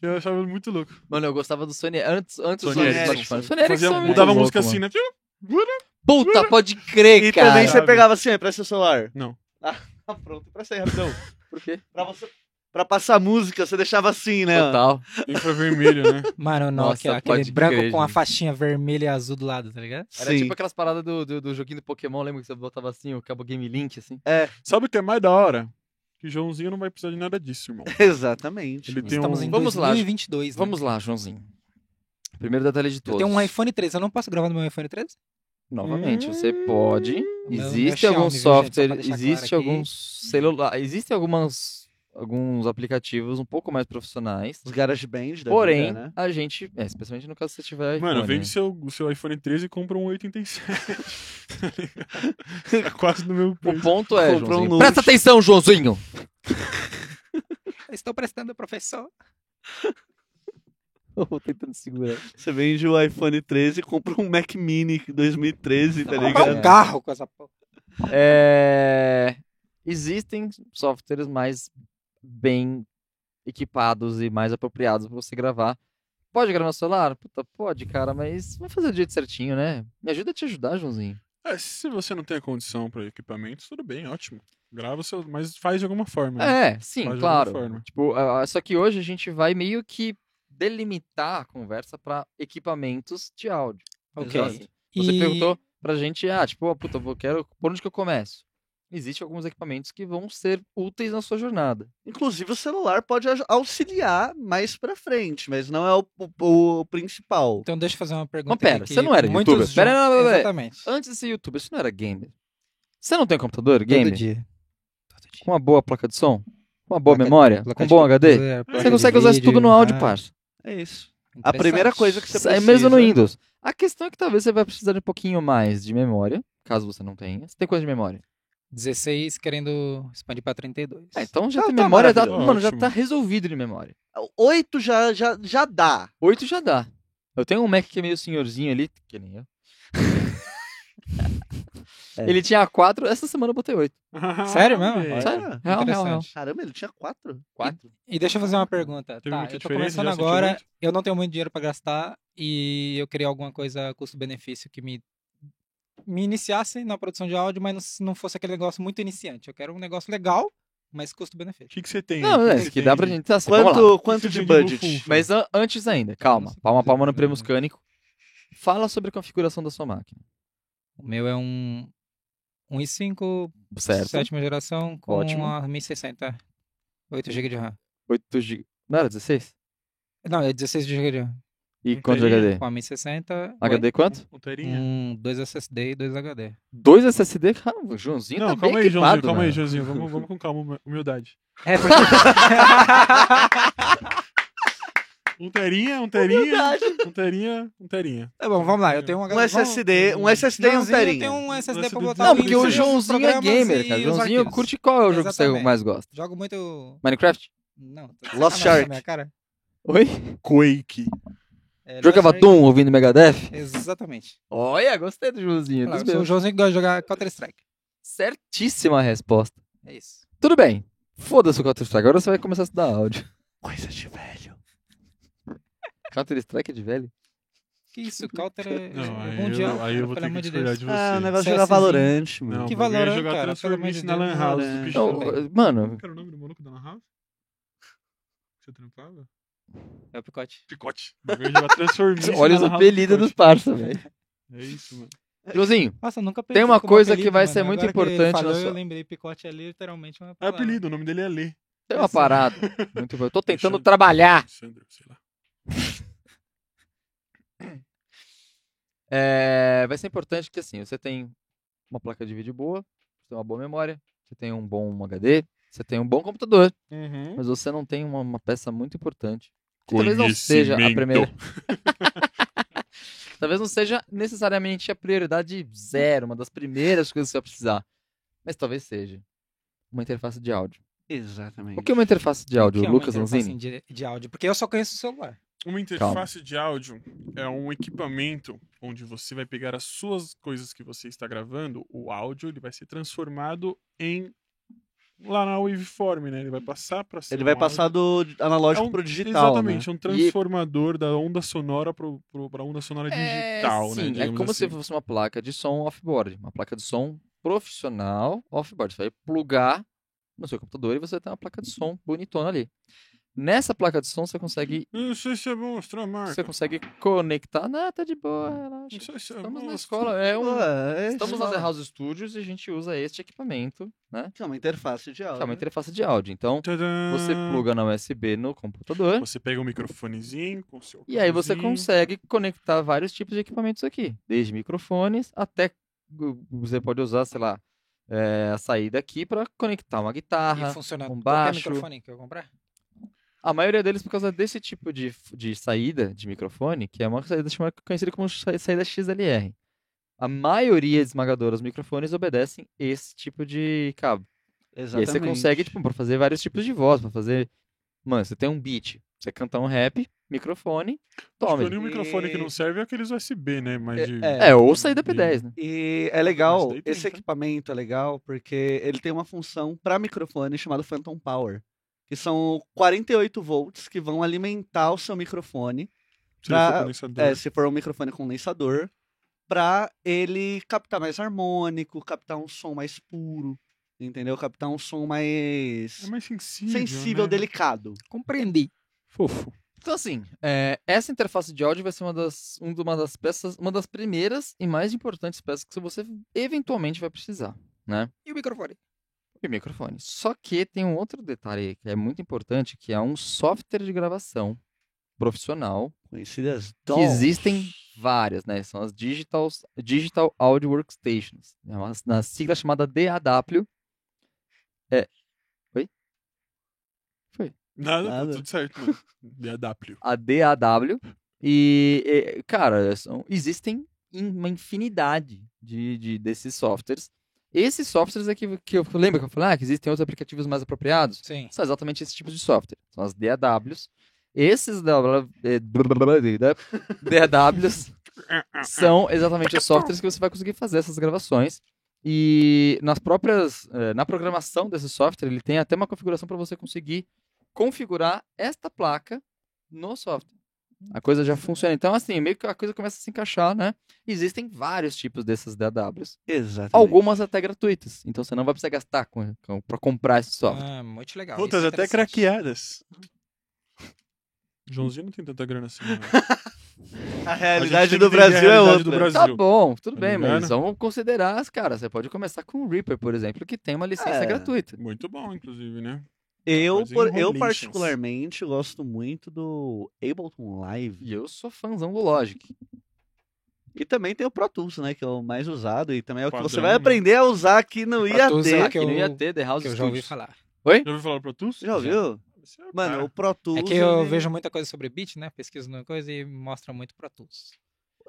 S2: Eu achava muito louco.
S3: Mano, eu gostava do Sony Antes, antes
S1: Sony
S3: do
S1: Ericsson.
S3: smartphone. Sony Ericsson.
S2: Fazia,
S3: é muito
S2: mudava a
S3: louco,
S2: música
S3: mano.
S2: assim, né?
S3: Puta, pode crer,
S1: E
S3: cara.
S1: também você
S2: Sabe?
S1: pegava assim, presta o celular.
S2: Não.
S1: Ah, [LAUGHS] pronto, presta aí rapidão.
S3: Por quê?
S1: Pra, você, pra passar música, você deixava assim, né?
S3: Total.
S2: Infravermelho, né?
S4: Mano, o Nokia,
S3: Nossa,
S4: aquele
S3: pode
S4: branco
S3: crer,
S4: com a
S3: gente.
S4: faixinha vermelha e azul do lado, tá ligado?
S1: Sim.
S3: Era tipo aquelas paradas do, do, do joguinho do Pokémon, lembra que você botava assim, o cabo Game Link, assim?
S2: Sabe o que é mais da hora? Que Joãozinho não vai precisar de nada disso, irmão.
S1: [LAUGHS] Exatamente.
S2: Ele tem um...
S4: Estamos em
S3: Vamos lá,
S4: 2022. né?
S3: Vamos lá, Joãozinho. Primeiro detalhe de
S4: Eu
S3: todos.
S4: tenho um iPhone 13, eu não posso gravar no meu iPhone 13?
S3: Novamente,
S2: Hum.
S3: você pode.
S4: meu
S3: Existe
S4: Xiaomi,
S3: algum
S4: viu, gente? Só pra
S3: software,
S4: deixar claro
S3: existe
S4: aqui.
S3: alguns celular, existem algumas alguns aplicativos um pouco mais profissionais.
S1: Os GarageBand da
S3: Porém,
S1: vida, né?
S3: a gente, é, especialmente no caso se você tiver iPhone.
S2: Mano, vende
S3: né?
S2: seu, o seu iPhone 13 e compra um 87. [LAUGHS]
S1: né?
S2: tá [LAUGHS] quase no mesmo
S3: O
S2: preço.
S3: ponto é,
S1: Comprou um
S3: Joãozinho.
S1: note.
S3: Presta atenção, Joãozinho.
S4: Estou prestando, professor.
S3: [LAUGHS] Eu vou tentando
S2: [LAUGHS]
S3: segurar.
S1: Você vende o iPhone 13 e compra um Mac Mini 2013, tá
S4: Vou
S1: ligado?
S4: comprar um carro com essa porra.
S3: É, Existem softwares mais bem equipados e mais apropriados para você gravar. Pode gravar no celular? Puta, pode, cara, mas vamos fazer do jeito certinho, né? Me ajuda a te ajudar, Joãozinho.
S2: É, se você não tem a condição para equipamentos, tudo bem, ótimo. Grava o seu, mas faz de alguma forma. né?
S3: É, sim,
S2: Faz de alguma
S3: claro.
S2: forma.
S3: Tipo, ah, ah, só que hoje a gente vai meio que delimitar a conversa para equipamentos de áudio.
S4: Ok.
S3: Então, assim, Você
S4: E-
S3: perguntou pra gente, ah, tipo, ah, puta, eu quero, por onde que eu começo? Existem alguns equipamentos que vão ser úteis na sua jornada.
S1: Inclusive, o celular pode aj- auxiliar mais pra frente, mas não é o, o- o principal.
S4: Então deixa eu fazer uma pergunta
S3: Não, pera,
S4: aqui que
S3: você não era
S4: muitos
S3: youtuber?
S4: jo-
S3: Pera, não, não, não, não.
S4: Exatamente.
S3: Antes de ser youtuber, você não era gamer. Você não tem um computador, gamer?
S4: Todo dia. Todo dia.
S3: Com uma boa placa de som? Com uma boa
S4: Placa-
S3: memória?
S4: placa
S3: Com um
S4: de
S3: bom HD?
S4: computador, placa
S3: Você
S4: de
S3: consegue usar isso
S4: vídeo,
S3: tudo no áudio,
S4: ah,
S3: parça.
S1: É isso. A
S4: interessante.
S1: primeira coisa que você
S3: É
S1: precisa.
S3: mesmo no Windows. A questão é que talvez você vai precisar de um pouquinho mais de memória, caso você não tenha. Você tem coisa de memória?
S4: 16 querendo expandir pra 32.
S3: Ah, então já
S1: Tá-
S3: tem
S1: tá
S3: memória. dá-
S1: maravilhoso.
S3: Mano, já
S2: Ótimo.
S3: tá resolvido de memória.
S1: 8 já, já, já dá.
S3: Oito já dá. Eu tenho um Mac que é meio senhorzinho ali, que nem eu.
S1: [LAUGHS] É.
S3: Ele tinha quatro, essa semana eu botei oito.
S2: [LAUGHS] Ah,
S4: Sério mesmo?
S2: velho.
S1: Olha.
S3: Sério? Real, real, real.
S4: Interessante.
S1: Caramba, ele tinha 4?
S3: Quatro.
S4: E deixa eu fazer uma pergunta.
S2: Teve
S4: Tá,
S2: muita
S4: eu tô
S2: diferença?
S4: começando
S2: Já sentiu
S4: agora,
S2: né? muito?
S4: eu não tenho muito dinheiro pra gastar e eu queria alguma coisa custo-benefício que me me iniciasse na produção de áudio, mas não, se não fosse aquele negócio muito iniciante. Eu quero um negócio legal, mas
S2: O
S4: custo-benefício.
S2: que, que você tem? O
S3: Não, é,
S2: você
S3: isso que
S2: tem
S3: dá pra
S2: de-
S3: gente. Tá, assim, vamos lá.
S1: Quanto, quanto
S2: Isso
S1: de
S2: de
S1: budget?
S2: Bufu.
S3: Mas an- antes ainda, calma.
S4: Nossa,
S3: Palma,
S4: coisa
S3: palma no
S4: boa,
S3: prêmio
S4: né?
S3: mecânico. Fala sobre a configuração da sua máquina.
S4: O meu é um 1.5,
S3: Certo.
S4: sétima geração, com
S3: Ótimo.
S4: a 1060, 8 GB de RAM.
S3: 8 GB. Não era 16?
S4: Não, é 16 GB de RAM.
S3: E
S2: Não
S3: quanto de
S2: teria.
S3: HD?
S4: Com a 1060,
S3: HD quanto?
S2: Ponteirinha?
S4: um, dois SSD e dois HD.
S3: 2 SSD? Calma, o Joãozinho
S2: Não,
S3: tá
S2: calma
S3: bem
S2: aí,
S3: equipado,
S2: Joãozinho, calma aí,
S3: mano.
S2: Joãozinho. Vamos, vamos com calma, humi- humildade.
S3: [LAUGHS]
S4: É, porque...
S2: Um terinha, um terinha, um terinha, um terinha.
S4: Tá bom, vamos lá. Eu tenho um,
S1: Um SSD, um SSD e um
S4: Joãozinho
S1: terinha.
S4: tem um SSD pra
S2: SSD
S4: botar
S3: Não,
S4: no
S3: porque
S4: Windows
S3: o
S4: e os
S3: Joãozinho é
S4: programas
S3: gamer,
S4: e
S3: cara.
S4: os
S3: Joãozinho
S4: arquivos.
S3: curte qual é o jogo que você
S4: Exatamente.
S3: mais gosta?
S4: Jogo muito...
S3: Minecraft?
S4: Não, tá de
S1: Lost
S4: sacanagem
S1: Shark.
S4: na minha cara.
S3: Oi?
S2: Quake.
S4: É, Lost
S3: Jogava
S4: Shark.
S3: Doom ouvindo Megadeth? Ah,
S4: Exatamente.
S3: Olha, gostei do Joãozinho.
S4: Olha
S3: dos
S4: lá, eu sou o
S3: meus.
S4: Joãozinho que gosta de jogar Counter-Strike.
S3: Certíssima resposta.
S4: É isso.
S3: Tudo bem. Foda-se o Counter-Strike. Agora você vai começar a estudar áudio.
S1: Coisa de velho.
S3: [LAUGHS] Counter-Strike é de velho?
S4: Que isso, Counter é
S2: Não,
S4: é
S2: aí,
S4: bom dia,
S2: eu, aí eu vou
S4: pelo
S2: ter que
S4: amor de
S2: discordar
S4: Deus.
S2: de você.
S1: Ah, o negócio de
S4: CSzinho.
S1: jogar Valorant, mano.
S2: Não, porque
S4: Que
S2: eu ia
S4: valorante,
S2: jogar
S4: cara,
S2: Transformice
S4: pelo
S2: na
S4: amor de
S2: Lan House.
S1: Deus.
S2: os bichos
S3: Não,
S4: Tudo bem.
S3: mano,
S2: Qual era o nome do maluco da Lan House? Você trampava?
S4: É o picote.
S2: Picote. Eu ia jogar Transformice
S3: olha
S2: na
S3: os
S2: Lan House
S3: apelidos dos
S2: é Picote.
S3: parça, velho.
S2: É isso, mano.
S3: Joãozinho,
S4: Nossa, eu nunca
S3: Tem uma
S4: pensei como
S3: coisa que
S4: apelido,
S3: vai
S4: mano.
S3: ser muito
S4: Agora que ele
S3: importante na
S4: Falou,
S3: sua-
S4: Eu lembrei, picote é literalmente uma
S2: É
S4: palavra.
S2: apelido, o nome dele é Lê.
S3: Tem uma
S2: Isso.
S3: parada. Muito bom. Eu tô tentando
S2: Alexandre.
S3: trabalhar.
S2: Sandro, sei lá.
S3: É, vai ser importante que assim, você tem uma placa de vídeo boa, você tem uma boa memória, você tem um bom HD, você tem um bom computador,
S2: Uhum.
S3: mas você não tem uma, uma peça muito importante. Que talvez não seja a
S2: Conhecimento.
S3: primeira. [LAUGHS] talvez não seja necessariamente a prioridade zero, uma das primeiras coisas que você vai precisar. Mas talvez seja. Uma interface de áudio.
S1: Exatamente.
S3: O que é uma interface de áudio,
S4: Que é uma
S3: Lucas
S4: interface
S3: Lanzini?
S4: De, de áudio, porque eu só conheço o celular.
S2: Uma interface de áudio é um equipamento onde você vai pegar as suas coisas que você está gravando, o áudio, ele vai ser transformado em lá na waveform, né? Ele vai passar para
S1: Ele vai passar do analógico
S2: É um-
S1: pro digital.
S2: Exatamente,
S1: né?
S2: é um transformador da onda sonora pro, pro, pra onda sonora digital, né?
S3: é, sim, é
S2: digamos
S3: como
S2: assim.
S3: se fosse uma placa de som offboard, uma placa de som profissional offboard. Você vai plugar no seu computador e você tem uma placa de som bonitona ali. Nessa placa de som você consegue,
S2: Não sei se é bom mostrar a marca.
S3: você consegue conectar. Não, tá de boa, relaxa.
S2: Não sei se é
S3: Estamos
S2: bom
S3: na
S2: mostrar.
S3: escola, é um,
S1: Ué, é
S3: estamos
S1: isso.
S3: na The House Studios e a gente usa este equipamento, né?
S1: Que é uma interface de áudio.
S3: Que é uma interface de áudio. Então,
S2: Tadã!
S3: você pluga na USB no computador
S2: Você pega um microfonezinho com seu.
S3: E aí você
S2: cablezinho.
S3: consegue conectar vários tipos de equipamentos aqui, desde microfones até gu- você pode usar, sei lá, é, a saída aqui para conectar uma
S4: e
S3: guitarra.
S4: funciona
S3: um
S4: com
S3: baixo.
S4: qualquer microfone que eu comprar.
S3: A maioria deles por causa desse tipo de, f- de saída de microfone, que é uma saída chamada, conhecida como sa- saída XLR. A maioria esmagadora dos microfones obedecem esse tipo de cabo.
S1: Exatamente.
S3: E aí você consegue, tipo, pra fazer vários tipos de voz, pra fazer. Mano, você tem um beat, você canta um rap, microfone,
S2: Acho que
S3: toma.
S2: o único microfone que não serve é aqueles USB, né? Mas
S1: É,
S2: de...
S1: é.
S3: É, ou saída P10, né?
S1: E é legal,
S2: Mas daí tem,
S1: esse
S2: tá?
S1: equipamento é legal porque ele tem uma função para microfone chamada Phantom Power, que são 48 volts que vão alimentar o seu microfone,
S2: Se ele for
S1: pra-
S2: condensador.
S1: é, se for um microfone condensador, para ele captar mais harmônico, captar um som mais puro, entendeu? Captar um som
S2: É
S1: mais
S2: mais sensível.
S1: sensível,
S2: né?
S1: delicado.
S4: Compreendi.
S2: Fofo.
S3: Então, assim, é, essa interface de áudio vai ser uma das, um- uma das peças, uma das primeiras e mais importantes peças que você eventualmente vai precisar, né?
S4: E o microfone?
S3: E o microfone. Só que tem um outro detalhe aí que é muito importante, que é um software de gravação profissional,
S1: Conhecidas
S3: que
S1: DAWs.
S3: existem várias, né? São as Digital, Digital Audio Workstations, né? Uma- na sigla chamada DAW.
S2: Nada, tá
S1: Nada.
S2: tudo certo, mano. DAW.
S3: a DAW. E, e, cara, são- existem in- uma infinidade de, de- desses softwares. Esses softwares é que, que eu lembro que eu falei ah, que existem outros aplicativos mais apropriados.
S4: Sim.
S3: São exatamente esses tipos de software. São as DAWs. Esses DAW eh, DAWs são exatamente os softwares que você vai conseguir fazer essas gravações. E nas próprias, eh, na programação desse software, ele tem até uma configuração para você conseguir configurar esta placa no software. A coisa já funciona. Então, assim, meio que a coisa começa a se encaixar, né? Existem vários tipos dessas DAWs.
S1: Exatamente.
S3: Algumas até gratuitas. Então, você não vai precisar gastar com, com, para comprar esse software.
S4: Ah, muito legal.
S2: Outras
S4: isso é
S2: até
S4: interessante.
S2: craqueadas. Joãozinho não tem tanta grana assim. Né?
S1: [LAUGHS] A
S2: A
S1: realidade
S2: gente tem
S1: do
S2: que entender a
S1: Brasil é
S2: realidade
S1: outra.
S2: do Brasil.
S3: Tá bom, tudo
S2: Tá
S3: bem, mas
S2: ligado?
S3: vamos considerar as caras. Você pode começar com o Reaper, por exemplo, que tem uma licença
S1: É.
S3: gratuita.
S2: Muito bom, inclusive, né?
S1: Eu,
S2: Fazer
S1: por- eu
S2: enrolations.
S1: particularmente gosto muito do Ableton Live.
S3: E eu sou fãzão do Logic.
S1: E também tem o Pro Tools, né? Que é o mais usado. E também é o que
S2: Padrão,
S1: você vai
S2: né?
S1: aprender a usar aqui no
S4: Pro Tools é
S1: IAT.
S4: o que
S3: Que
S4: eu-
S3: não ia ter The House
S4: Que eu já ouvi
S3: Studios.
S4: falar. É
S2: Já ouviu falar do Pro Tools?
S1: Você já ouviu?
S2: Você é o
S1: Mano,
S2: cara.
S1: o Pro Tools.
S4: É que eu
S1: ele-
S4: vejo muita coisa sobre beat, né? Pesquiso no coisa e mostra muito Pro Tools.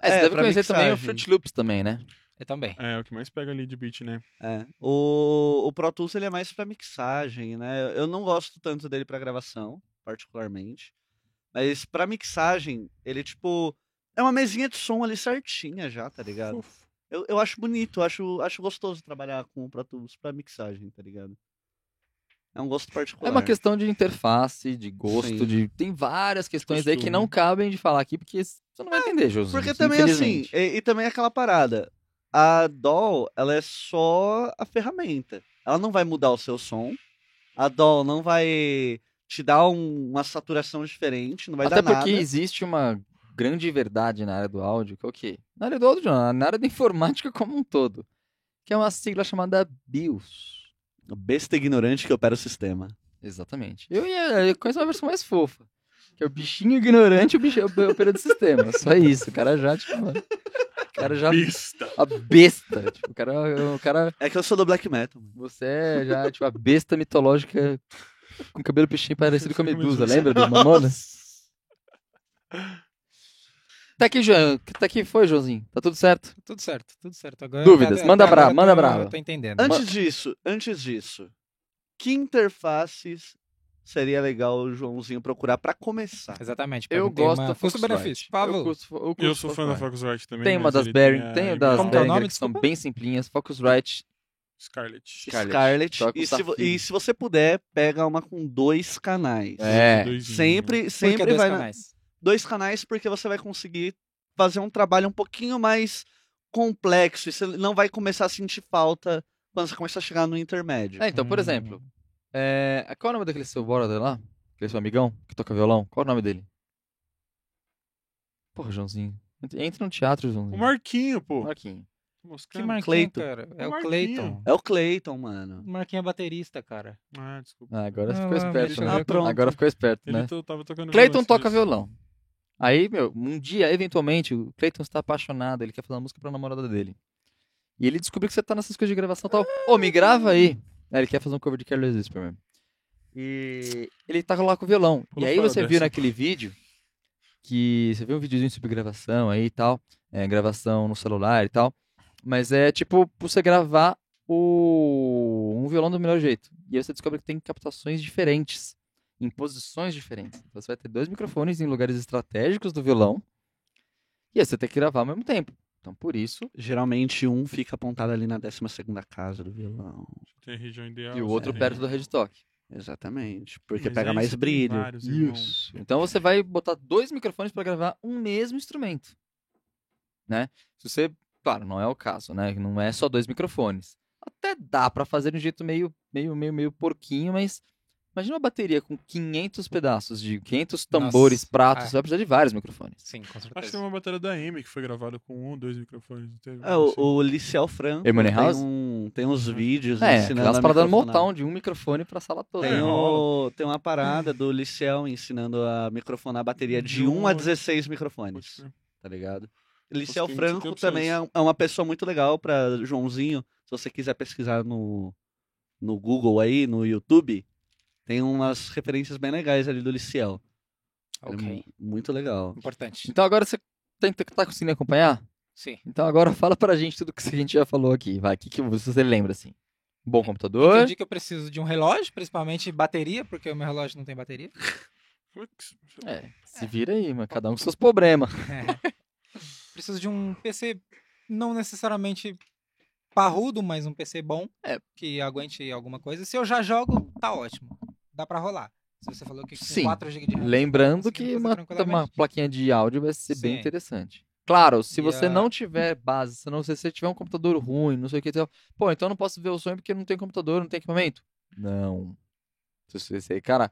S3: É, você
S1: É,
S3: deve
S1: pra
S3: conhecer também o
S1: mixagem.
S3: Fruit Loops também, né?
S4: Eu também.
S2: É, o que mais pega ali de beat, né?
S1: É. O, o Pro Tools ele é mais pra mixagem, né? Eu não gosto tanto dele pra gravação, particularmente. Mas pra mixagem, ele, tipo. É uma mesinha de som ali certinha já, tá ligado?
S2: Fofo.
S1: Eu, eu acho bonito, eu acho, acho gostoso trabalhar com o Pro Tools pra mixagem, tá ligado? É um gosto particular.
S3: É uma questão de interface, de gosto,
S1: Sim.
S3: de. Tem várias questões aí que
S2: costume.
S3: não cabem de falar aqui, porque você não vai entender, Josi.
S1: É, Porque também assim, e, e também é aquela parada. A DAW, ela é só a ferramenta. Ela não vai mudar o seu som. A DAW não vai te dar um- uma saturação diferente, não vai dar
S3: Até porque
S1: nada.
S3: existe uma grande verdade na área do áudio, que é o quê? Na área do áudio, não, na área da informática como um todo. Que é uma sigla chamada BIOS.
S1: O besta ignorante que opera o sistema.
S3: Exatamente. Eu ia eu conheço uma versão mais fofa. Que é o bichinho ignorante e o bichinho o operador de sistema. Só isso. O cara já, tipo, mano. O cara já.
S2: Pista.
S3: A besta. Tipo, o cara. O cara
S1: É que eu sou do black metal. mano.
S3: você é já, tipo, a besta mitológica com cabelo peixinho parecido com a medusa, lembra do Mamona? Tá aqui, João. Tá aqui, foi, Joãozinho. Tá tudo certo?
S4: Tudo certo, tudo certo. Agora,
S3: Dúvidas,
S4: até-
S3: manda
S4: até
S3: brava,
S4: agora
S3: manda
S4: eu tô-
S3: brava.
S4: Eu tô entendendo.
S1: Antes disso, antes disso, que interfaces seria legal o Joãozinho procurar pra começar?
S4: Exatamente.
S3: Eu
S4: perguntei
S3: gosto
S4: uma-
S3: da
S4: Custo-benefício,
S3: Volkswagen.
S4: Pablo.
S3: Eu, curso- eu curso
S2: Eu sou fã da
S3: Volkswagen.
S2: Focusrite também.
S3: Tem uma
S2: mas
S3: das
S2: ele
S3: Behringer,
S2: a
S3: tem o das
S4: Como que é o nome?
S3: Behringer que são
S4: Desculpa.
S3: bem simplinhas. Focusrite
S2: Scarlet.
S3: Scarlett.
S1: Scarlett.
S3: Só com
S1: E se, vo-
S3: safira.
S1: e se você puder, pega uma com dois canais.
S3: É.
S2: Doisinho.
S1: Sempre,
S4: Por que
S1: sempre
S4: dois
S1: vai na-
S4: canais?
S1: dois canais porque você vai conseguir fazer um trabalho um pouquinho mais complexo e você não vai começar a sentir falta quando você começar a chegar no intermédio.
S3: É, então, por
S4: Hum.
S3: exemplo, é, qual é o nome daquele seu brother lá? Aquele seu amigão que toca violão? Qual é o nome dele? Porra, Joãozinho. Ent- Entra no teatro, Joãozinho.
S2: O Marquinho, pô.
S3: Marquinho.
S2: Tô
S4: Que
S2: moscando.
S4: Marquinho,
S1: Cleiton.
S4: cara? É o
S2: Marquinho.
S4: Cleiton.
S1: É o Clayton, mano.
S4: Marquinho é baterista, cara.
S2: Ah, desculpa.
S3: Ah, agora
S4: Ah,
S3: ficou
S4: lá,
S3: esperto,
S4: deixa
S1: eu
S3: né?
S1: ver Ah, pronto.
S3: Agora ficou esperto,
S2: Ele tá
S3: né?
S2: to- tava tocando
S3: Clayton
S2: violão
S3: toca
S2: esses dias.
S3: violão. Aí, meu, um dia, eventualmente, o Clayton está apaixonado, ele quer fazer uma música pra namorada dele. E ele descobriu que você tá nessas coisas de gravação e tal. Ô, me grava aí. Aí ele quer fazer um cover de Careless Whisper mesmo. E ele tá lá com o violão.
S2: Pula
S3: e aí
S2: fora
S3: você viu
S2: dessa.
S3: naquele vídeo que você viu um videozinho sobre gravação aí e tal. é, gravação no celular e tal. Mas é tipo você gravar o... um violão do melhor jeito. E aí você descobre que tem captações diferentes em posições diferentes. Então você vai ter dois microfones em lugares estratégicos do violão. E aí você tem que gravar ao mesmo tempo. Então por isso.
S1: Geralmente um fica apontado ali na 12 segunda casa do vilão.
S2: Tem região ideal. assim.
S3: E o outro
S2: tem-
S3: perto do headstock.
S1: Exatamente. Porque
S2: Mas
S1: pega
S2: aí
S1: mais
S2: você tem
S1: brilho.
S2: vários, irmão.
S3: Então você vai botar dois microfones para gravar um mesmo instrumento. Né? Se você. Claro, não é o caso, né? Não é só dois microfones. Até dá para fazer de um jeito meio, meio, meio, meio porquinho, mas. Imagina uma bateria com 500 pedaços de 500 tambores,
S4: Nossa,
S3: pratos.
S4: é.
S3: Você vai precisar de vários microfones.
S4: Sim, com
S2: Acho que tem
S4: certeza.
S2: uma bateria da M que foi gravada com um ou dois microfones. Não teve?
S1: É, o, o Liceu Franco
S3: Harmony
S1: tem,
S3: House?
S1: um- tem uns vídeos
S3: É,
S1: ensinando
S3: aquelas
S1: a
S3: paradas
S1: microfonar.
S3: Motown de um microfone pra sala toda.
S1: Tem, um,
S2: É,
S3: né?
S1: o- tem uma parada do Liceu ensinando a microfonar a bateria de
S2: De
S1: 1 a
S2: um-
S1: 16
S2: Pode
S1: microfones.
S2: crer.
S1: tá ligado? Liceu
S2: tem muito
S1: Franco
S2: tempo
S1: também é
S2: sem
S1: um- é uma pessoa muito legal pra Joãozinho. Se você quiser pesquisar no, no Google aí, no YouTube, tem umas referências bem legais ali do Liceu. Ele é
S4: Ok.
S1: mu- muito legal.
S4: Importante.
S3: Então agora você tem que tá conseguindo acompanhar?
S4: Sim.
S3: Então agora [LAUGHS] fala pra gente tudo que a gente já falou aqui. Vai, o que, que você lembra, assim? Bom computador.
S4: Entendi que eu preciso de um relógio, principalmente bateria, porque o meu relógio não tem bateria.
S3: É, se vira aí, mas cada um com seus problemas.
S4: é, Preciso de um PC não necessariamente parrudo, mas um PC bom,
S3: É.
S4: que aguente alguma coisa. Se eu já jogo, tá ótimo. Dá pra rolar. Se você falou que
S3: Sim.
S4: com 4 GB de RAM,
S3: Lembrando
S4: você consegue
S3: que
S4: fazer
S3: uma,
S4: tranquilamente.
S3: uma plaquinha de áudio vai ser bem
S4: Sim.
S3: interessante. Claro, se
S4: E
S3: você
S4: a-
S3: não tiver base, se não se você tiver um computador ruim, não sei o que, e tal, pô, então eu não posso ver o sonho porque não tem computador, não tem equipamento. Não. Se você, se- cara,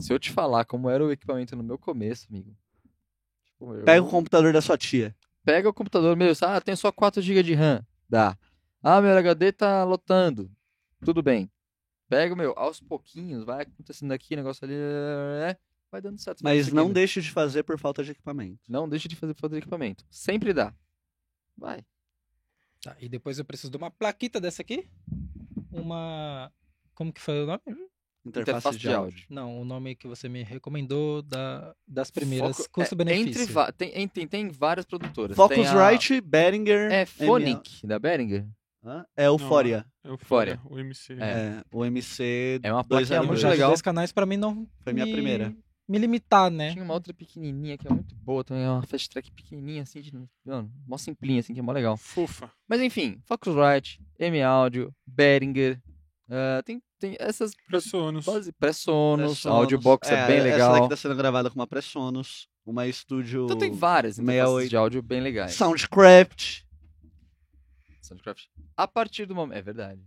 S3: se eu te falar como era o equipamento no meu começo, amigo. tipo, eu-
S1: Pega o computador da sua tia.
S3: pega o computador meu, ah, tem só 4 GB de RAM. Dá. Ah, meu HD tá lotando. Tudo bem. Pega o meu, aos pouquinhos, vai acontecendo aqui, negócio ali, é, vai dando certo. vai
S1: Mas não
S3: conseguindo.
S1: deixe de fazer por falta de equipamento.
S3: Não deixa de fazer por falta de equipamento. Sempre dá. Vai.
S4: Tá, e depois eu preciso de uma plaquita dessa aqui. Uma. Como que foi o nome?
S1: Interface, É de, áudio.
S4: Não, o nome que você me recomendou da, das primeiras.
S3: Foco-
S4: Custo-benefício.
S3: É, entre va- tem, tem, tem, tem várias produtoras. Tem a-
S1: Focusrite, Behringer...
S3: É
S1: ML.
S3: Phonic, da Behringer.
S1: Hã? É Euphoria.
S2: É o
S3: Fória.
S2: Fória, O MC.
S3: É.
S1: É, o MC...
S3: É uma
S1: Dois
S3: plaquinha
S1: anos
S3: muito
S1: já.
S3: legal.
S4: Dois canais pra mim não.
S1: Foi minha
S4: me-
S1: primeira.
S4: Me limitar, né?
S3: Tinha uma outra pequenininha que é muito boa também. É uma fast track pequenininha, assim, de... Mano, mó simplinha, assim, que é mó legal.
S2: Fofa.
S3: Mas enfim, Focusrite, M-Audio, Behringer, ah, tem, tem essas
S2: Pressonos.
S3: base, Pressonos,
S1: Pressonos.
S3: Audiobox é, bem
S1: Essa daqui
S3: legal.
S1: tá sendo gravada com uma Pressonos, uma estúdio...
S3: Então tem várias interfaces
S1: 68.
S3: de áudio bem legais.
S1: Soundcraft.
S3: Soundcraft. A partir do momento... É verdade.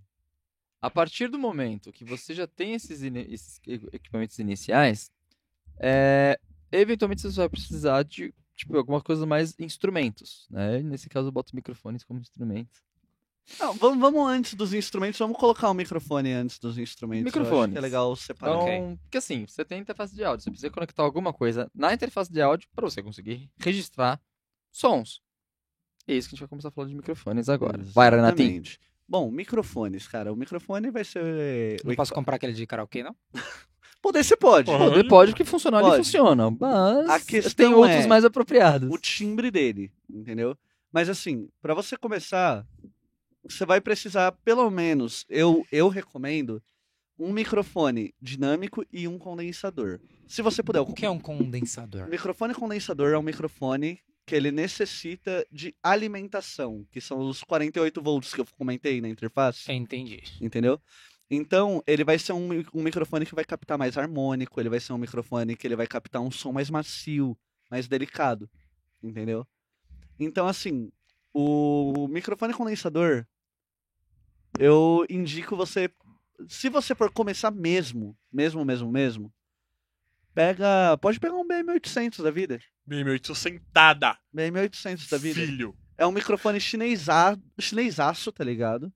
S3: A partir do momento que você já tem esses, ini- esses equi- equipamentos iniciais, é, eventualmente você vai precisar de tipo, alguma coisa mais instrumentos. Né? Nesse caso eu boto microfones como instrumentos.
S1: Não, vamos, vamos antes dos instrumentos, vamos colocar o microfone antes dos instrumentos. eu acho
S3: Microfones.
S1: que é legal separar.
S3: Então,
S1: Ok.
S3: porque assim, você tem interface de áudio, você precisa conectar alguma coisa na interface de áudio para você conseguir registrar sons. E é isso que a gente vai começar a falar de microfones agora. Vai, Renatinho.
S1: Exatamente. Bom, microfones, cara. O microfone vai ser. o
S4: Não posso
S1: equipa-
S4: comprar aquele de karaokê, não?
S1: Poder você pode.
S2: Porra.
S3: Poder pode, porque funcionar ele
S1: Pode.
S3: funciona.
S1: A
S3: Mas
S1: questão
S3: tem outros
S1: é-
S3: mais apropriados.
S1: O timbre dele, entendeu? Mas assim, pra você começar, você vai precisar, pelo menos, eu, eu recomendo, um microfone dinâmico e um condensador. Se você puder.
S4: O que é um condensador?
S1: O microfone condensador é um microfone que ele necessita de alimentação, que são os 48 volts que eu comentei na interface,
S4: Entendi.
S1: entendeu? Então, ele vai ser um, mi- um microfone que vai captar mais harmônico, ele vai ser um microfone que ele vai captar um som mais macio, mais delicado, entendeu? Então, assim, o microfone condensador, eu indico você, se você for começar mesmo, mesmo, mesmo, mesmo, pega, pode pegar um BM800 da vida.
S2: Bem, meu, eu tô sentada,
S1: BM800 da vida.
S2: filho.
S1: É um microfone chinesa... chinesaço, tá ligado?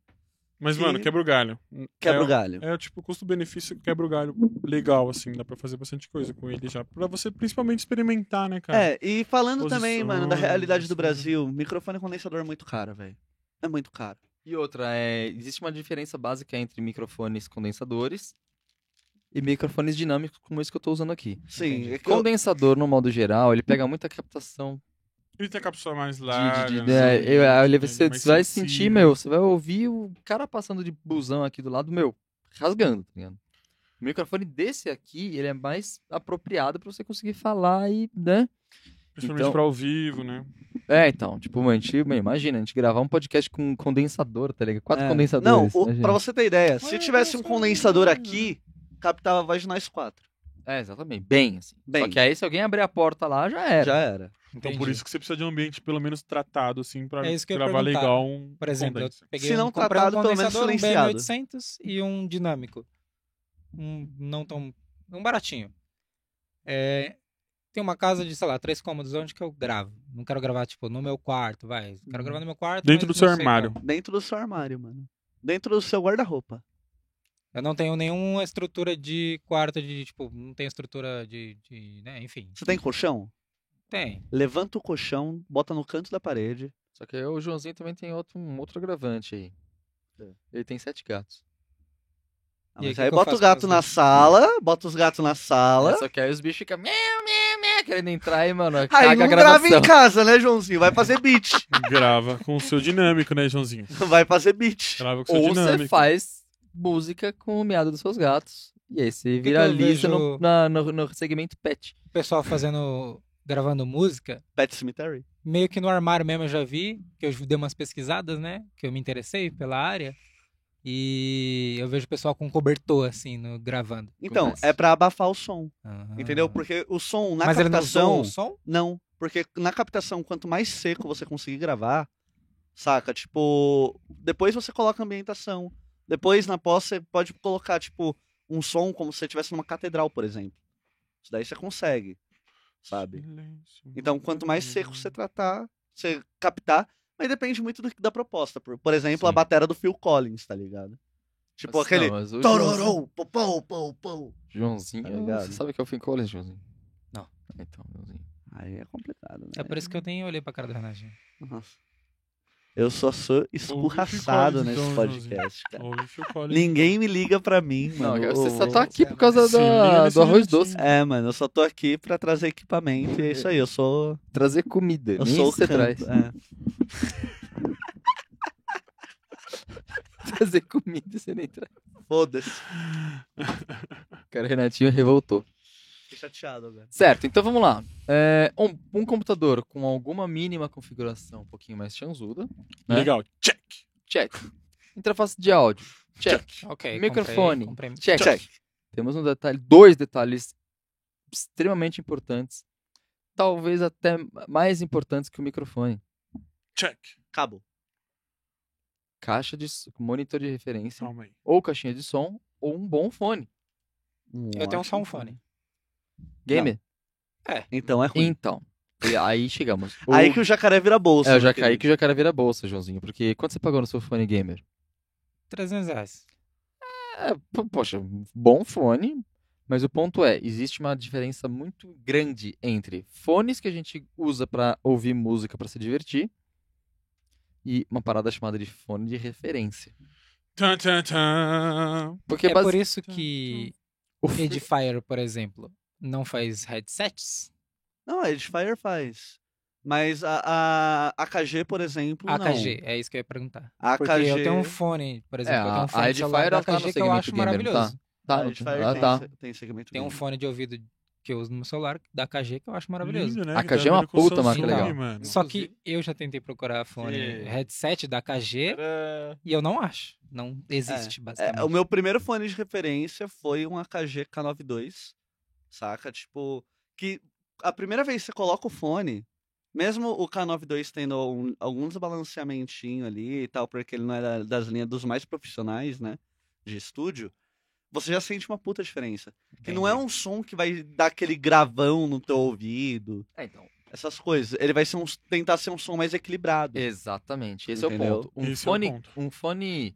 S2: Mas,
S1: Que-
S2: mano, quebra o galho.
S1: Quebra o
S2: É-
S1: galho.
S2: É tipo custo-benefício quebra o galho legal, assim. Dá pra fazer bastante coisa com ele já. Pra você principalmente experimentar, né, cara?
S1: É, e falando também,
S2: Posições,
S1: mano, da realidade do
S2: assim.
S1: Brasil, microfone condensador é muito caro, velho. É muito caro.
S3: E outra, é, existe uma diferença básica entre microfones condensadores e microfones dinâmicos, como esse que eu estou usando aqui.
S1: Sim, é que eu-
S3: Condensador, no modo geral, ele pega muita captação.
S2: Ele tem a cápsula mais
S3: De,
S2: larga.
S3: de, de,
S2: né?
S3: é, eu- é,
S2: Ele
S3: ele-
S2: é
S3: você
S2: mais
S3: vai
S2: sensível.
S3: sentir, meu, você vai ouvir o cara passando de busão aqui do lado, meu, rasgando, tá ligado? O microfone desse aqui, ele é mais apropriado pra você conseguir falar e, né?
S2: Principalmente
S3: Então-
S2: pra ao vivo, né?
S3: É, então, tipo, mano, a gente, meu, imagina, a gente gravar um podcast com um condensador, tá ligado? Quatro
S1: é.
S3: condensadores.
S1: Não, o,
S3: imagina.
S1: pra você ter ideia,
S2: Ah,
S1: se tivesse um
S2: condensador.
S1: condensador aqui, captava a voz de nós quatro.
S3: É, exatamente. Bem, assim. Só
S1: Bem.
S3: que aí, se alguém abrir a porta lá, já era.
S1: Já era.
S2: Então,
S4: Entendi.
S2: por isso que você precisa de um ambiente pelo menos tratado, assim, pra
S4: É isso que eu ia
S2: gravar
S4: perguntar.
S2: legal um
S4: Por exemplo, eu
S2: condenser.
S4: peguei
S1: Se não
S4: um, comprei
S1: tratado,
S4: um
S1: pelo menos
S4: condensador, um
S1: silenciado.
S4: BM800 e um dinâmico. Um não tão... Um baratinho. É, tem uma casa de, sei lá, três cômodos, onde que eu gravo? Não quero gravar, tipo, no meu quarto, vai. Quero
S1: Uhum.
S4: gravar no meu quarto,
S2: Dentro do
S4: mas
S2: seu
S4: não sei
S2: armário.
S4: como.
S1: Dentro do seu armário, mano. Dentro do seu guarda-roupa.
S4: Eu não tenho nenhuma estrutura de quarto, de, tipo, não tenho estrutura de, de né, enfim.
S1: Você tem colchão?
S4: Tem.
S1: Levanta o colchão, bota no canto da parede.
S3: Só que aí o Joãozinho também tem outro, um outro agravante aí.
S1: É.
S3: Ele tem sete gatos.
S1: Ah,
S4: E aí,
S1: mas
S4: que
S1: aí
S4: que eu
S1: bota o
S4: faço com
S1: gato
S4: os
S1: na
S4: gatos?
S1: sala, bota os gatos na sala.
S3: É, só que aí os bichos ficam meu, meu, meu, querendo entrar e, mano, caga
S1: Aí
S3: a
S1: não grava
S3: gravação.
S1: em casa, né, Joãozinho? Vai fazer
S4: [LAUGHS]
S1: beat.
S2: Grava com o seu dinâmico, né, Joãozinho?
S1: Vai fazer beat.
S2: Grava com o seu
S3: Ou
S2: dinâmico.
S3: você faz música com o miado dos seus gatos. E aí você viraliza
S4: eu
S3: no,
S4: vejo-
S3: na- no, no segmento pet.
S4: O pessoal fazendo... gravando música,
S1: Pet Cemetery.
S4: meio que no armário mesmo eu já vi, que eu dei umas pesquisadas, né? Que eu me interessei pela área. E eu vejo o pessoal com cobertor, assim, no, gravando.
S1: Então,
S3: Começa.
S1: é pra abafar o som,
S4: Ah.
S1: entendeu? Porque o som na
S4: Mas ele não
S1: captação.
S4: zoa o som?
S1: Não, porque na captação, quanto mais seco você conseguir gravar, saca? Tipo, depois você coloca ambientação. Depois na pós você pode colocar, tipo, um som como se você estivesse numa catedral, por exemplo. Isso daí você consegue, sabe?
S2: Silêncio.
S1: Então, quanto mais seco
S2: Hum.
S1: você tratar, você captar, mas depende muito do- da proposta. Por, por exemplo, a
S3: Sim.
S1: batera do Phil Collins, tá ligado? Tipo
S3: Mas
S1: aquele.
S3: não, mas o Joãozinho-
S1: Tororou, pou, pou, pou, pou. Tá
S3: Joãozinho,
S1: ligado?
S3: você sabe o que é o Finn Collins, Joãozinho?
S4: Não.
S3: Então, Joãozinho.
S1: Aí é complicado, né?
S4: É por isso que eu nem olhei pra cara do Renatinho.
S1: Nossa. Eu só sou escurraçado
S2: Collins,
S1: nesse
S2: então,
S1: podcast, cara.
S2: Ouve Phil Collins.
S1: Ninguém me liga pra mim,
S3: Não,
S1: mano.
S3: cara,
S1: Eu-
S3: você só tá aqui por causa
S2: Se liga
S3: da,
S2: nesse
S3: do arroz
S2: minutinho.
S3: doce.
S1: É, mano, eu só tô aqui pra trazer equipamento e é isso aí. Eu sou.
S3: Trazer comida.
S1: Eu
S3: nem
S1: sou o
S3: você traz.
S1: canto, é.
S3: [LAUGHS] Trazer comida, você nem traz.
S1: Foda-se.
S3: Cara, o Renatinho revoltou.
S1: Fiquei chateado agora.
S3: Certo, então vamos lá. É, um, um computador com alguma mínima configuração um pouquinho mais chanzuda. né?
S2: Legal. Check.
S3: Check. Interface de áudio. Check.
S4: Ok.
S3: Microfone.
S4: comprei- comprei-
S3: Check.
S1: Check.
S3: Temos um detalhe, dois detalhes extremamente importantes. Talvez até mais importantes que o microfone.
S2: Check.
S1: Cabo.
S3: Caixa de s- monitor de referência,
S2: Calma aí.
S3: ou caixinha de som, ou um bom fone.
S4: Eu tenho só um fone.
S3: Gamer.
S1: Então é ruim.
S3: Então, E aí chegamos. O-
S1: Aí que o jacaré vira bolsa.
S3: Então. É, eu
S1: meu
S3: já
S1: querido.
S3: caí que o jacaré vira bolsa, Joãozinho. Porque quanto você pagou no seu fone gamer?
S4: 300 reais.
S3: É, po- poxa, bom fone. Mas o ponto é, existe uma diferença muito grande entre fones que a gente usa pra ouvir música pra se divertir e uma parada chamada de fone de referência.
S2: Tan, tan, tan.
S3: Porque
S4: é
S3: basi-
S4: por isso que
S3: o
S4: o
S3: fone-
S4: Edifier, por exemplo, não faz headsets.
S1: Não, a Edifier faz. Mas a, a AKG, por exemplo, não.
S4: AKG, é isso que eu ia perguntar.
S1: A é AKG.
S4: Porque eu tenho um fone, por exemplo, eu
S3: É,
S4: tenho
S3: a-
S4: um fone
S3: a
S4: de celular
S3: Edifier,
S4: da
S3: ela tá no
S4: AKG que eu
S3: segmento
S4: acho
S3: gamer, não tá?
S4: maravilhoso.
S3: Tá,
S1: a Edifier
S3: ah,
S1: tem,
S3: tá.
S1: se- tem segmento
S4: Tem um
S1: gamer.
S4: fone de ouvido que eu uso no meu celular da AKG que eu acho maravilhoso.
S2: Lindo, né?
S3: A
S2: Que tá
S3: KG é uma
S2: vindo com
S3: puta marca
S2: Samsung,
S4: legal.
S2: mano.
S4: Só que eu já tentei procurar fone
S1: Sim.
S4: headset da AKG
S3: É, então.
S2: Era-
S4: e eu não acho. Não existe, basicamente.
S1: É, o meu primeiro fone de referência foi um AKG K92, saca? Tipo, que a primeira vez que você coloca o fone, mesmo o K92 tendo um, algum desbalanceamentinho ali e tal, porque ele não era das linhas dos mais profissionais, né? De estúdio, você já sente uma puta diferença. Que não é um som que vai dar aquele gravão no teu ouvido,
S3: É, então,
S1: essas coisas. Ele vai ser um- tentar ser um som mais equilibrado.
S3: É, Exatamente, esse é o
S1: Entendeu?
S3: ponto. Um
S2: Esse é o
S3: fone,
S2: ponto.
S3: um fone,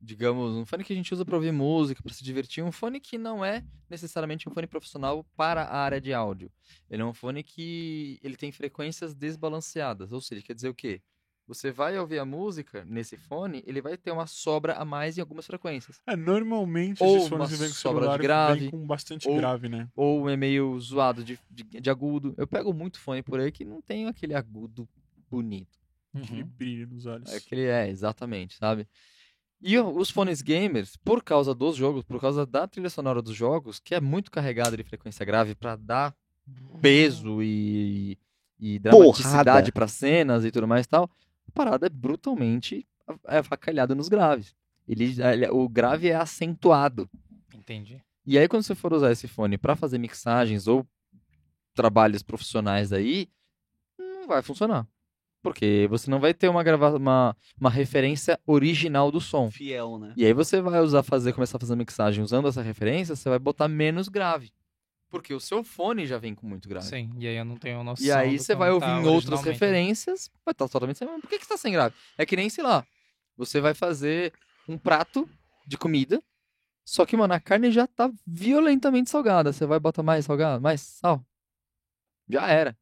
S3: digamos, um fone que a gente usa pra ouvir música, pra se divertir, um fone que não é necessariamente um fone profissional para a área de áudio. Ele é um fone que ele tem frequências desbalanceadas, ou seja, quer dizer o quê? Você vai ouvir a música nesse fone, ele vai ter uma sobra a mais em algumas frequências.
S2: É, normalmente
S3: Ou
S2: esses
S3: uma
S2: fones que vêm com
S3: sobra de
S2: celular
S3: grave,
S2: vêm com bastante
S3: ou-
S2: grave, né?
S3: Ou é meio zoado de, de, de agudo. Eu pego muito fone por aí que não tem aquele agudo bonito.
S4: Uhum.
S2: Aquele brilho nos olhos.
S3: É que ele é, exatamente, sabe? E o- os fones gamers, por causa dos jogos, por causa da trilha sonora dos jogos, que é muito carregada de frequência grave pra dar peso e, e dramaticidade
S1: Porrada.
S3: pra cenas e tudo mais e tal, a parada é brutalmente é avacalhada nos graves. Ele, ele- o grave é acentuado.
S4: Entendi.
S3: E aí, quando você for usar esse fone pra fazer mixagens ou trabalhos profissionais aí, não vai funcionar. Porque você não vai ter uma, grava uma, uma referência original do som.
S1: Fiel, né?
S3: E aí você vai usar fazer, começar a fazer mixagem usando essa referência, você vai botar menos grave. Porque o seu fone já vem com muito grave.
S4: Sim, e aí eu não tenho noção.
S3: E aí
S4: do
S3: você vai
S4: como
S3: ouvir
S4: tá
S3: em outras
S4: originalmente.
S3: referências, vai estar totalmente sem. Mas Por que, que você tá sem grave? É que nem, sei lá, você vai fazer um prato de comida, só que, mano, a carne já tá violentamente salgada. Você vai botar mais salgado, mais sal. Já era.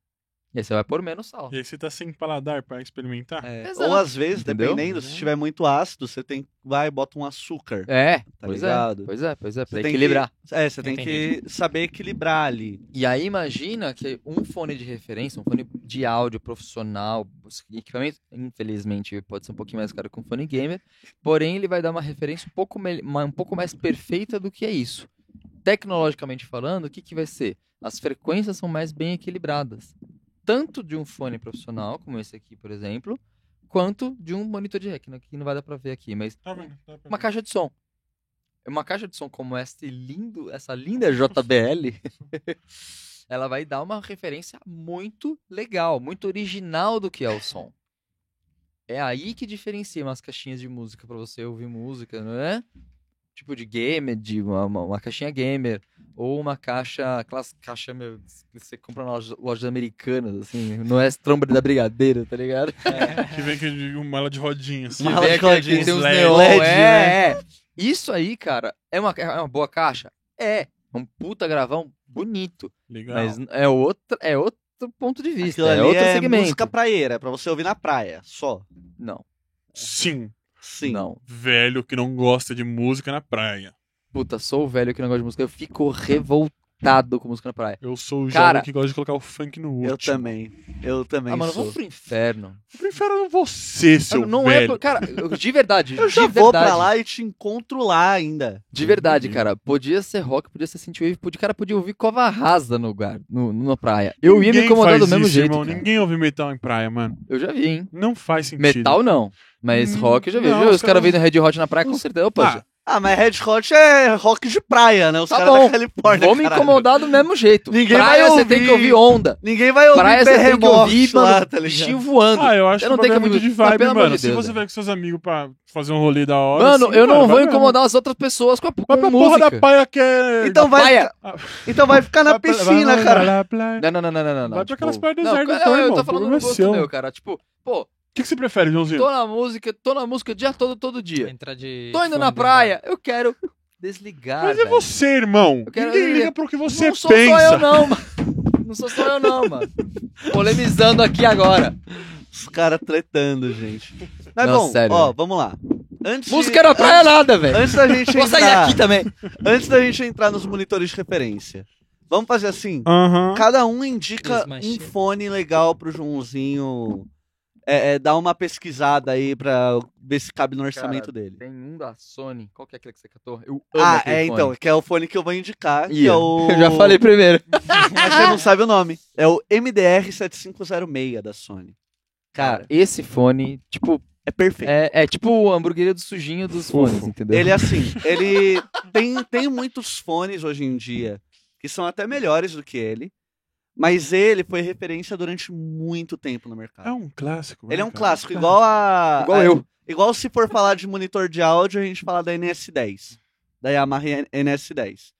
S3: E aí você vai pôr menos sal.
S2: E aí você tá sem paladar pra experimentar?
S1: É,
S3: Exato. É.
S1: ou às vezes,
S3: Entendeu?
S1: dependendo, se tiver muito ácido, você tem vai bota um açúcar.
S3: É,
S1: Tá
S3: pois é,
S1: ligado?
S3: pois é, pois é, pra
S1: Você tem que-
S3: equilibrar.
S1: É, você tem
S4: Entendi.
S1: que saber equilibrar ali.
S3: E aí imagina que um fone de referência, um fone de áudio profissional, os equipamento, infelizmente pode ser um pouquinho mais caro que um fone gamer, porém ele vai dar uma referência um pouco, mel- ma- um pouco mais perfeita do que é isso. Tecnologicamente falando, o que, que vai ser? As frequências são mais bem equilibradas, tanto de um fone profissional, como esse aqui, por exemplo, quanto de um monitor de rec, que não vai dar pra ver aqui, mas
S2: Tá vendo? Tá vendo?
S3: uma caixa de som. É Uma caixa de som como essa lindo, essa linda JBL, [LAUGHS] ela vai dar uma referência muito legal, muito original do que é o som. É aí que diferencia umas caixinhas de música pra você ouvir música, não é? Tipo de gamer, de uma, uma- uma caixinha gamer ou uma caixa, aquelas caixa meu, que você compra nas lojas- lojas americanas assim, não é tromba da brigadeira, tá ligado?
S2: Que vem com de- uma ala de rodinha, assim.
S1: Uma
S3: Que
S1: ala
S3: vem
S1: de
S3: aquele que
S1: rodinha,
S3: tem uns
S2: LED, né?
S3: neon,
S1: LED,
S3: é, é. Isso aí, cara, é uma, é uma boa caixa? É. É um puta gravão bonito.
S2: Legal.
S3: Mas é outro, é outro ponto de vista.
S1: Aquilo
S3: é
S1: ali
S3: outro
S1: é
S3: segmento.
S1: música praieira, é pra você ouvir na praia, só.
S3: Não,
S2: Sim,
S1: Sim.
S3: não.
S2: velho que não gosta de música na praia.
S3: Puta, sou o velho que não gosta de música. Eu fico revoltado com música na praia.
S2: Eu sou o
S3: Cara-
S2: jovem que gosta de colocar o funk no último.
S1: Eu também. Eu também
S3: Ah, mano,
S1: sou.
S3: vamos pro inferno.
S2: Eu prefiro você, seu
S3: não é,
S2: velho.
S3: por- cara, eu- de
S1: [LAUGHS]
S3: verdade,
S1: Eu
S3: de
S1: já
S3: verdade.
S1: vou pra lá e te encontro lá ainda.
S3: De verdade,
S2: Entendi.
S3: cara. Podia ser rock, podia ser synthwave, podia, cara, podia ouvir cova rasa no lugar, no, na praia. Eu ia me
S2: Ninguém
S3: incomodar
S2: faz
S3: do mesmo
S2: isso,
S3: jeito.
S2: irmão.
S3: cara.
S2: Ninguém ouve metal em praia, mano.
S3: Eu já vi, hein?
S2: Não faz sentido.
S3: Metal não, mas
S2: Hum,
S3: rock eu já vi.
S2: não,
S3: Eu vi
S2: os
S3: os caras
S2: caras-
S3: vendo Red Hot na praia, com
S2: os-
S3: certeza. Opa,
S2: Ah,
S3: já-
S1: Ah, mas Red Hot é rock de praia, né? Os
S3: Tá
S1: caras
S3: bom.
S1: da Califórnia,
S3: Vou me
S1: caralho.
S3: incomodar do mesmo jeito.
S1: Ninguém
S3: praia
S1: vai
S3: você tem
S1: ouvir.
S3: que ouvir onda.
S1: Ninguém vai ouvir
S3: praia você tem que
S1: Perremox
S3: ouvir, mano,
S1: lá, tá ligado?
S3: bichinho voando.
S2: Ah, eu acho que
S3: Eu não
S2: o bagulho
S3: tenho
S2: é
S3: que
S2: muito de
S3: me- mas
S2: vibe,
S3: pelo amor
S2: mano.
S3: de
S2: Se
S3: Deus,
S2: você
S3: velho.
S2: vai com seus amigos pra fazer um rolê da hora.
S3: Mano,
S2: assim,
S3: eu não
S2: cara,
S3: vou
S2: vai mesmo.
S3: incomodar as outras pessoas com a, com
S2: Vai pra porra
S3: música. tá
S2: da paia que é.
S1: Então vai,
S3: praia.
S1: ficar- então vai ficar na
S2: Vai pra-
S1: piscina,
S2: vai
S1: cara.
S2: na praia.
S3: Não, não, não, não, não, não. não,
S2: Vai pra aquelas praias
S3: não,
S2: desertas,
S3: cara,
S2: então,
S3: eu
S2: irmão,
S3: tô falando
S2: problema
S3: do
S2: é
S3: gosto
S2: seu.
S3: meu, cara. Tipo, pô,
S2: O que, que você prefere, Joãozinho?
S3: tô na música, tô na música o dia todo, todo dia.
S4: Entrar É, de.
S3: Tô indo
S4: fundo,
S3: na
S4: né?
S3: praia, eu quero desligar,
S2: Mas é
S3: velho.
S2: você, irmão.
S3: Eu quero-
S2: Ninguém liga pro que você
S3: não sou
S2: pensa.
S3: só eu não, mano. Não sou só eu
S2: [LAUGHS]
S3: não, mano. Polemizando aqui agora.
S1: Os caras tretando, gente. Mas
S3: Não,
S1: bom,
S3: sério,
S1: ó,
S3: velho.
S1: vamos lá. Antes de-
S3: Música na praia nada, velho.
S1: Antes da gente
S3: Vou sair
S1: entrar,
S3: daqui tá? também.
S1: antes da gente entrar nos monitores de referência. Vamos fazer assim,
S2: Aham.
S1: cada um indica um
S4: Desmanchei.
S1: fone legal pro Joãozinho é, é, dar uma pesquisada aí pra ver se cabe no orçamento
S3: Cara,
S1: dele.
S3: Tem um da Sony. Qual que é aquele que você catou? Eu amo
S1: Ah,
S3: aquele
S1: é
S3: fone.
S1: então, que é o fone que eu vou indicar, que
S3: Ih,
S1: é o
S3: [LAUGHS] Eu já falei primeiro.
S1: [LAUGHS] Mas você não sabe o nome. É o MDR7506 da Sony. Cara,
S3: esse fone, tipo,
S1: é perfeito.
S3: é, é tipo a hamburgueria do sujinho dos fones, entendeu?
S1: Ele é assim, ele tem, tem muitos fones hoje em dia que são até melhores do que ele, mas ele foi referência durante muito tempo no mercado.
S2: É um clássico.
S1: ele é
S2: né,
S1: um
S2: cara?
S1: clássico, igual a.
S3: Igual
S1: a-
S3: eu.
S1: Igual se for falar de monitor de áudio, a gente fala da NS10. Da Yamaha NS10.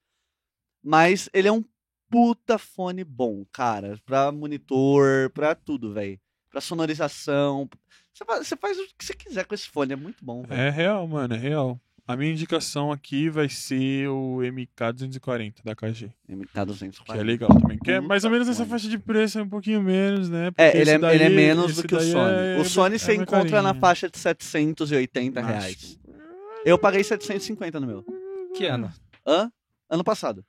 S1: Mas ele é um puta fone bom, cara. Pra monitor, pra tudo, velho. Pra sonorização. Você faz, você faz o que você quiser com esse fone, é muito bom, velho.
S2: É real, mano, é real. A minha indicação aqui vai ser o MK240 da KG, que é
S1: MK240.
S2: legal também. Que é mais ou menos essa faixa de preço, é um pouquinho menos, né? Porque
S1: É, ele
S2: esse
S1: é,
S2: daí-
S1: ele é menos
S2: esse
S1: do que o
S2: daí
S1: Sony.
S2: é-
S1: o Sony
S2: é
S1: você
S2: mais
S1: encontra na
S2: carinho.
S1: faixa de 780
S2: Acho.
S1: reais. Eu paguei 750 no meu.
S4: Que ano?
S1: Hã? Ano passado.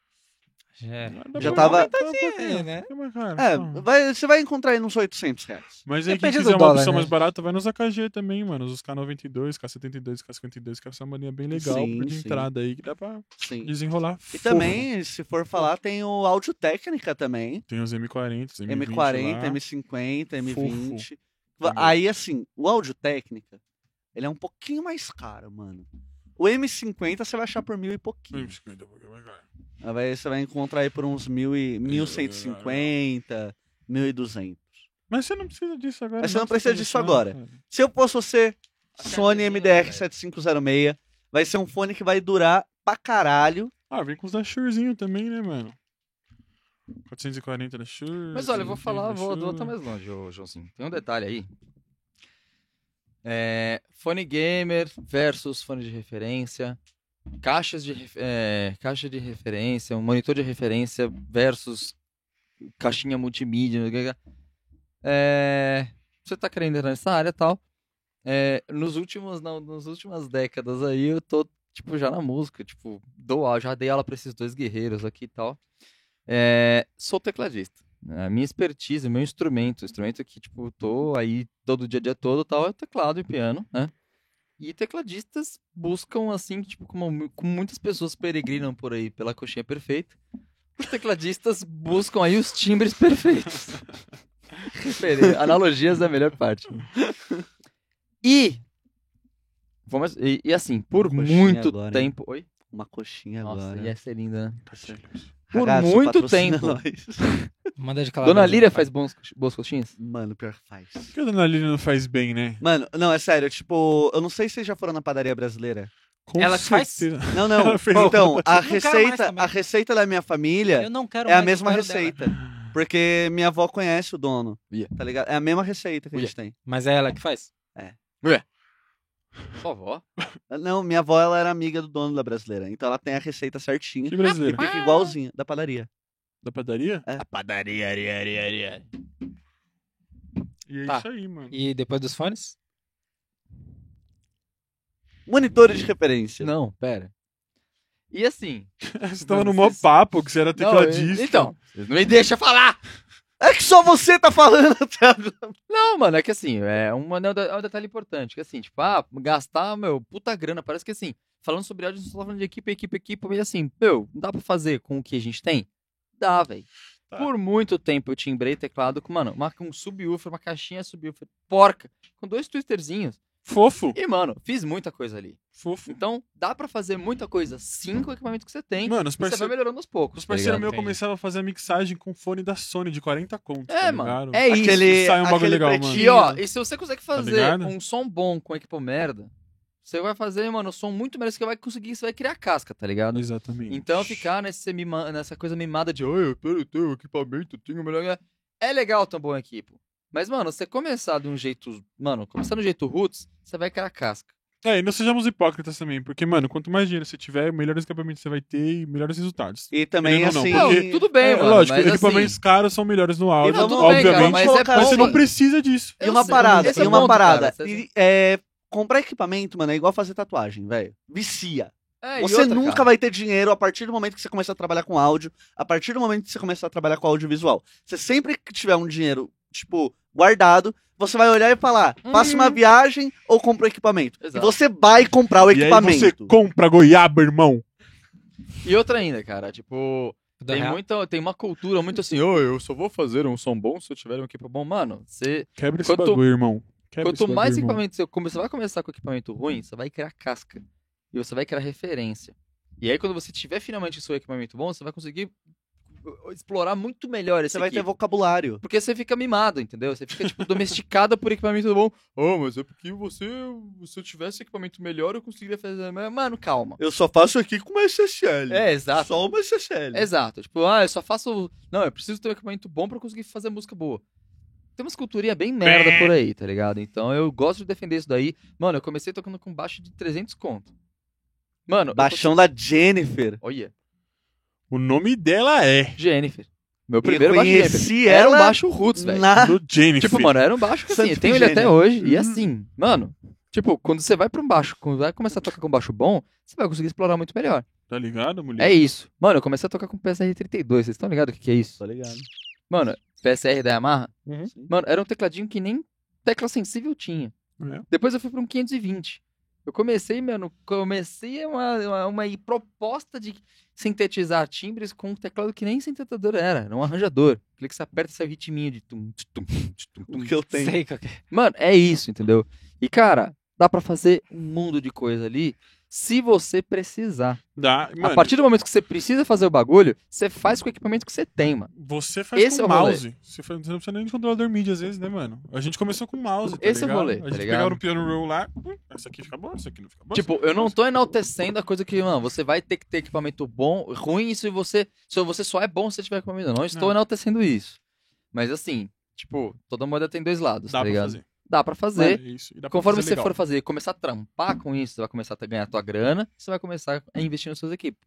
S4: É.
S1: Já tava-
S2: assim,
S4: É, né?
S1: É,
S2: É,
S1: vai- você vai encontrar aí nos 800 reais.
S2: mas aí quem
S4: Depende do
S2: quiser uma
S4: dólar,
S2: opção
S4: né?
S2: mais barata, vai nos AKG também, mano. Os K92, K72, K52, que é essa mania bem legal
S1: Sim,
S2: pra de
S1: sim.
S2: entrada aí, que dá pra
S1: Sim.
S2: desenrolar.
S1: E
S2: fofo.
S1: também, se for falar, tem o áudio técnica também.
S2: Tem os M40, os M20
S1: M40,
S2: lá.
S1: M50, M20.
S2: Fofo.
S1: Aí, assim, o áudio técnica, ele é um pouquinho mais caro, mano. O M50 você vai achar por mil e pouquinho.
S2: M50, porque é vai ganhar.
S1: Aí vai- Você vai encontrar aí por uns mil e, 1150, 1200.
S2: Mas você não precisa disso agora.
S1: Mas você não precisa disso
S2: não,
S1: agora.
S2: cara.
S1: Se eu fosse você, Sony
S4: cartezinha,
S1: MDR7506, vai ser um fone que vai durar pra caralho.
S2: Ah, vem com os da Shurezinho também, né, mano? 440 da Shure.
S3: Mas olha, eu
S2: 330
S3: vou falar,
S2: da
S3: vou,
S2: Shure.
S3: vou até mais longe, ô, Joãozinho. Tem um detalhe aí. É, fone gamer versus fone de referência. Caixas de, ref- é, caixa de referência, um monitor de referência versus caixinha multimídia. blá, blá, blá. É, você tá querendo entrar nessa área e tal. É, nos últimos, não, nas últimas décadas aí, eu tô, tipo, já na música, tipo, dou, a- já dei aula pra esses dois guerreiros aqui e tal. É, sou tecladista. A minha expertise, o meu instrumento, o instrumento que, tipo, eu tô aí todo dia, dia todo e tal, é teclado e piano, né? E tecladistas buscam, assim, tipo, como, mu- como muitas pessoas peregrinam por aí pela coxinha perfeita, os tecladistas buscam aí os timbres perfeitos. Referen- Analogias é a melhor parte. E, vamos, e, e assim, por
S1: Uma coxinha
S3: muito
S1: agora, hein?
S3: tempo... Oi?
S1: Uma coxinha
S3: Nossa,
S1: agora.
S4: é
S3: ia ser linda, né? Por
S1: Por
S3: muito tempo.
S4: Manda de calabresa.
S3: Dona Líria faz bons, boas coxinhas?
S1: Mano, pior que faz.
S2: Por que a Dona Lili não faz bem, né?
S1: Mano, não, é sério, tipo, eu não sei se vocês já foram na padaria brasileira.
S2: Com
S4: Ela que faz?
S2: certeza.
S1: Não, não.
S4: [LAUGHS]
S2: Ela fez um
S1: então, a
S4: Eu não quero mais
S1: receita,
S4: também.
S1: a receita da minha família
S4: Eu não quero
S1: é a
S4: mais, eu
S1: mesma
S4: quero dela.
S1: receita. Porque minha avó conhece o dono.
S3: Ia.
S1: Tá ligado? É a mesma receita que a gente tem.
S4: Mas é ela que faz?
S3: Sua avó?
S1: Ah, Não, minha avó ela era amiga do dono da brasileira. Então ela tem a receita certinha.
S2: Que
S1: E
S3: [LAUGHS]
S2: brasileiro.
S3: Ah.
S1: fica igualzinha da padaria.
S2: Da padaria?
S1: É. A
S2: padaria, aria, aria, aria. E é
S4: Tá.
S2: isso aí, mano.
S4: E depois dos fones?
S1: Monitores de referência.
S3: Não, pera. E assim.
S2: [LAUGHS] Você tava
S3: Mano,
S2: no mó
S3: vocês-
S2: papo que você era tecladista.
S3: eu- é, então, vocês não me deixa falar!
S1: É que só você tá falando, [LAUGHS] Thiago.
S3: Não, mano, é que assim, é, uma, é um de- é um detalhe importante. Que assim, tipo, ah, gastar, meu, puta grana. Parece que assim, falando sobre áudio, a gente só tá falando de equipe, equipe, equipe. Mas assim, meu, dá pra fazer com o que a gente tem? Dá, velho.
S2: Tá.
S3: Por muito tempo eu timbrei teclado com, mano, uma, um subwoofer, uma caixinha subwoofer porca, com dois twisterzinhos.
S2: Fofo.
S3: E, mano, fiz muita coisa ali.
S2: Fofo.
S3: Então, dá pra fazer muita coisa sim com o equipamento que você tem.
S2: Mano, os
S3: e você vai
S2: parceiros.
S3: melhorando aos
S2: Os
S3: poucos. tá
S2: parceiros
S3: ligado?
S2: meus
S4: Entendi.
S2: começavam a fazer a mixagem com fone da Sony de 40 contos.
S3: É,
S2: tá
S3: mano.
S2: ligado?
S3: É isso.
S1: Aquele,
S2: Saiu um bagulho
S1: aquele
S2: legal, mano.
S1: pretinho.
S3: E ó, e se você consegue fazer
S2: Tá ligado?
S3: um som bom com equipo merda, você vai fazer, mano, um som muito melhor que você vai conseguir, você vai criar casca, tá ligado?
S2: Exatamente.
S3: Então ficar nesse mima- nessa coisa mimada de "Ai, eu quero ter o equipamento, eu tenho o melhor. É legal também um equipo. Mas, mano, você começar de um jeito. Mano, começar de um jeito roots, você vai criar casca.
S2: É, e não sejamos hipócritas também, porque, mano, quanto mais dinheiro você tiver, melhores equipamentos você vai ter e melhores resultados.
S1: E também,
S2: Querendo ou não,
S1: assim...
S3: Não,
S2: porque-
S3: tudo bem,
S2: é,
S3: mano.
S2: lógico,
S3: mas,
S2: equipamentos
S3: assim,
S2: caros são melhores no áudio,
S1: não,
S3: tudo bem,
S2: obviamente.
S3: cara,
S2: mas
S3: mas é
S1: colocar-
S2: você
S3: bom,
S2: não precisa disso.
S1: E
S3: Eu
S1: uma
S3: sei,
S1: parada,
S3: esse é
S1: e uma
S3: ponto,
S1: parada.
S3: cara, esse é-
S1: E, é, comprar equipamento, mano, é igual fazer tatuagem, velho. Vicia.
S3: é, e
S1: Você
S3: outra,
S1: nunca
S3: cara.
S1: vai ter dinheiro a partir do momento que você começar a trabalhar com áudio, a partir do momento que você começar a trabalhar com audiovisual. Você sempre que tiver um dinheiro, tipo, guardado, você vai olhar e falar,
S3: Hum.
S1: faça uma viagem ou compra o equipamento.
S3: Exato.
S1: E você vai comprar o
S2: E aí você
S1: equipamento.
S2: compra goiaba, irmão.
S3: E outra ainda, cara. Tipo, tem, muita, tem uma cultura muito assim, ô, eu só vou fazer um som bom se eu tiver um equipo bom. Mano, você.
S2: Quebra esse
S3: Quanto-
S2: bagulho, irmão. Quebra esse
S3: Quanto
S2: bagulho,
S3: mais
S2: irmão.
S3: equipamento você começa, você vai começar com equipamento ruim, você vai criar casca. E você vai criar referência. E aí, quando você tiver finalmente o seu equipamento bom, você vai conseguir uh, explorar muito melhor esse
S1: Você vai ter
S3: equipe.
S1: vocabulário.
S3: Porque você fica mimado, entendeu? Você fica, tipo, domesticado [LAUGHS] por equipamento bom. Oh, mas é porque você. Se eu tivesse equipamento melhor, eu conseguiria fazer. Mas, Mano, calma.
S1: Eu só faço aqui com uma SSL.
S3: É, exato.
S1: Só uma SSL.
S3: Exato. Tipo, ah, eu só faço. Não, eu preciso ter um equipamento bom pra eu conseguir fazer música boa. Tem umas culturinhas bem merda por aí, tá ligado? Então eu gosto de defender isso daí. Mano, eu comecei tocando com baixo de 300 conto. Mano. eu
S1: Baixão da Jennifer.
S3: consegui- Olha.
S2: O nome dela
S3: [LAUGHS]
S2: é
S3: Jennifer. Meu
S1: Eu
S3: primeiro baixo de Jennifer.
S1: conheci
S3: Era um
S1: ela
S3: baixo roots, velho.
S1: na
S2: do Jennifer.
S3: Tipo, mano, era um baixo que assim,
S1: Santo
S3: eu tenho ele até
S1: gênio. Uhum.
S3: hoje. E assim, mano. Tipo, quando você vai pra um baixo, quando vai começar a tocar com um baixo bom, você vai conseguir explorar muito melhor.
S2: Tá ligado, mulher?
S3: É isso. Mano, eu comecei a tocar com PSR32, vocês estão ligados o que que é isso?
S1: Tô Tá ligado.
S3: Mano, PSR da Yamaha.
S2: Uhum.
S3: Mano, era um tecladinho que nem tecla sensível tinha.
S2: É.
S3: Depois eu fui pra um 520. Eu comecei, mano, comecei uma, uma, uma aí proposta de sintetizar timbres com um teclado que nem sintetizador era, era um arranjador. Aquele que você aperta e sai o ritminho de tum, tch, tum, tch, tum, tum.
S1: O que eu tenho.
S4: Sei qual que é.
S3: Mano, é isso, entendeu? E, cara, dá pra fazer um mundo de coisa ali se você precisar.
S2: Dá, mano,
S3: A partir do momento que você precisa fazer o bagulho, você faz com o equipamento que você tem, mano.
S2: você faz com
S3: Esse é o rolê.
S2: mouse. Você, faz- você não precisa nem de controlador MIDI às vezes, né, mano? A gente começou com mouse, tá
S3: Esse é o
S2: ligado?
S3: rolê,
S2: A
S3: tá
S2: gente
S3: ligado?
S2: pegava o piano roll lá, hum, essa aqui fica boa, essa aqui não fica boa.
S3: Tipo,
S2: essa aqui
S3: eu não
S2: fica
S3: tô enaltecendo a coisa que, mano, você vai ter que ter equipamento bom, ruim, se você, se você só é bom se você tiver equipamento. bom. Não estou
S2: Não.
S3: enaltecendo isso. Mas assim, tipo, toda moeda tem dois lados,
S2: Dá
S3: tá
S2: pra
S3: ligado?
S2: fazer.
S3: Dá pra fazer.
S2: Mano, é isso. E dá pra
S3: né? Conforme
S2: fazer
S3: você
S2: legal.
S3: for fazer, começar a trampar com isso, você vai começar a ganhar a tua grana, você vai começar a investir nas suas equipes.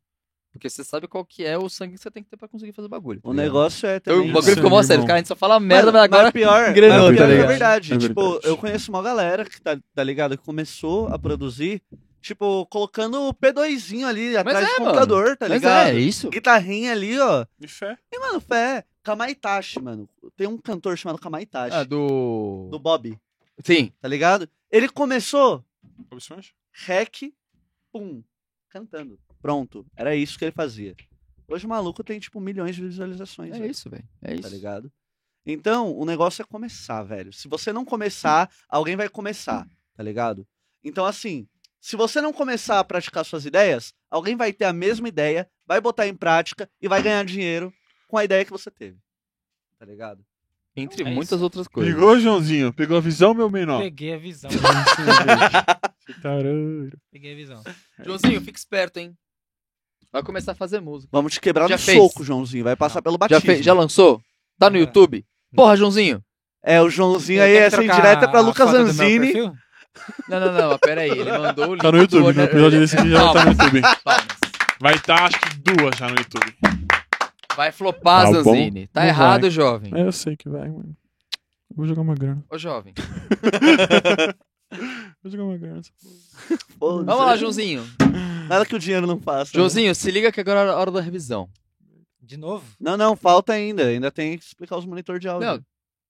S3: Porque você sabe qual que é o sangue que você tem que ter pra conseguir fazer o bagulho. tá
S1: O
S3: ligado?
S1: negócio é
S3: Então,
S1: também...
S3: o bagulho ficou
S2: Sangue,
S3: mó sério,
S2: irmão.
S3: cara. A gente só fala merda, mas
S1: Mano,
S3: agora.
S1: pior,
S3: [LAUGHS]
S1: mas
S3: engrenou, tá
S1: pior que
S3: ligado?
S1: é verdade.
S2: É
S1: tipo,
S2: verdade.
S1: eu conheço uma galera que tá, tá ligado, que começou a produzir, tipo, colocando o P2zinho ali atrás
S3: é,
S1: do
S3: mano.
S1: computador, tá
S3: Mas
S1: ligado?
S3: é, é isso.
S1: Guitarrinha ali, ó.
S2: E fé.
S1: E, mano, fé, Kamaitachi, mano. Tem um cantor chamado Kamaitachi,
S3: Ah,
S1: do...
S3: do...
S1: Bob,
S3: Sim.
S1: tá ligado? Ele começou
S2: Bob Esponja?
S1: rec, pum, cantando. Pronto, era isso que ele fazia. Hoje o maluco tem, tipo, milhões de visualizações.
S3: É
S1: velho.
S3: isso, velho.
S1: tá
S3: É isso.
S1: ligado? Então, o negócio é começar, velho. Se você não começar, alguém vai começar, tá ligado? Então, assim, se você não começar a praticar suas ideias, alguém vai ter a mesma ideia, vai botar em prática e vai ganhar dinheiro com a ideia que você teve. Tá ligado?
S3: Entre
S4: É isso.
S3: muitas outras coisas.
S2: Pegou, Joãozinho? Pegou a visão, meu menor? [LAUGHS]
S4: Peguei
S3: [LAUGHS]
S4: a visão.
S2: Você Taranho.
S4: Peguei a visão.
S3: É Joãozinho, fica esperto, hein? Vai começar a fazer música.
S1: Vamos te quebrar
S3: Já
S1: no
S3: fez.
S1: soco, Joãozinho. Vai passar
S4: Não.
S1: pelo
S3: Já,
S1: batismo.
S3: fez, já lançou? Tá no
S4: É.
S3: YouTube? Porra, Joãozinho!
S1: É, o Joãozinho aí
S4: Quer
S1: é assim,
S4: trocar
S1: direta pra
S4: a
S1: Lucas
S4: foto do meu
S1: Zanzini.
S4: perfil?
S3: Não, não, não, pera aí. Ele mandou o link
S2: Tá no YouTube,
S3: do
S2: no episódio desse
S3: é.
S2: aqui já tá no YouTube.
S3: Palmas.
S2: Vai estar, acho que duas já no YouTube.
S3: Vai flopar,
S2: Tá bom?
S3: Zanzini. Tá
S2: Não
S3: errado,
S2: vai.
S3: jovem.
S2: É, eu sei que vai, mano. Vou jogar uma grana.
S3: Ô, jovem.
S2: Vou jogar uma grana.
S1: Pô,
S3: Vamos lá, Joãozinho.
S1: Nada que o dinheiro não faça. né?
S3: Joãozinho, se liga que agora é a hora da revisão.
S4: De novo?
S1: Não, não, falta ainda. Ainda tem que explicar os monitores de áudio.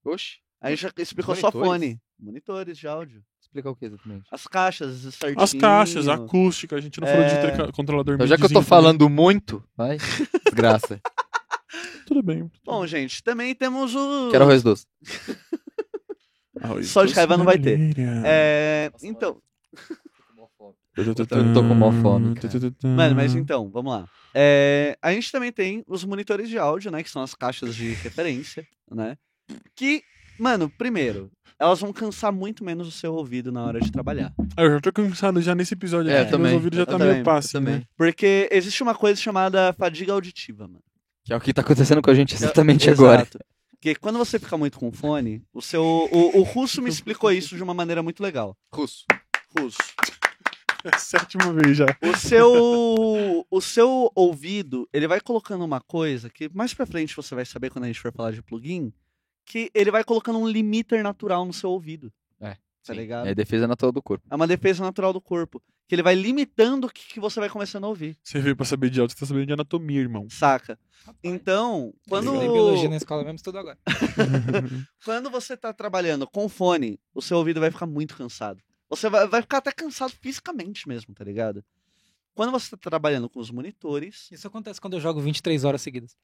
S3: Não. Oxi.
S1: A gente já explicou só
S3: Monitores?
S1: fone. Monitores de áudio.
S3: Explicar o que exatamente?
S2: Tá
S1: As caixas, certinho.
S2: As caixas, a acústica, a gente não falou de
S1: É.
S2: treca- controlador
S3: Então, já que eu tô
S2: midzinho também.
S3: falando muito, vai. Desgraça.
S2: Tudo bem.
S1: Bom, gente, também temos o...
S3: Quero arroz doce.
S2: Ah,
S1: Só de raiva não vai ter. É, então,
S2: Eu
S3: tô- tô com mó fome,
S1: mano, mas
S2: Hum.
S1: então, vamos lá. É, a gente também tem os monitores de áudio, né? Que são as caixas de referência, né? Que, mano, primeiro, elas vão cansar muito menos o seu ouvido na hora de trabalhar.
S2: Ah, eu já tô cansado já nesse episódio.
S3: É,
S2: aqui,
S3: eu
S2: Meus
S3: também.
S2: ouvidos já
S3: Eu
S2: tá
S3: também,
S2: meio passe,
S3: eu também.
S2: né?
S1: Porque existe uma coisa chamada fadiga auditiva, mano.
S3: Que é o que tá acontecendo com a gente exatamente
S1: Exato.
S3: agora.
S1: Porque quando você fica muito com fone, o seu. O, o russo me explicou isso de uma maneira muito legal.
S3: Russo.
S1: Russo.
S2: É a sétima vez já.
S1: O seu. O seu ouvido, ele vai colocando uma coisa que mais pra frente você vai saber quando a gente for falar de plugin. Que ele vai colocando um limiter natural no seu ouvido.
S3: É,
S1: Tá ligado?
S3: É defesa natural do corpo.
S1: É uma defesa natural do corpo. Que ele vai limitando o que, que você vai começando a ouvir.
S2: Você veio pra saber de áudio, você tá sabendo de anatomia, [LAUGHS] irmão.
S1: Saca? Então, quando.
S4: Eu estudei biologia né? na escola mesmo, estudo agora.
S1: quando você tá trabalhando com fone, o seu ouvido vai ficar muito cansado. Você vai, vai ficar até cansado fisicamente mesmo, tá ligado? Quando você tá trabalhando com os monitores.
S4: Isso acontece quando eu jogo 23 horas seguidas.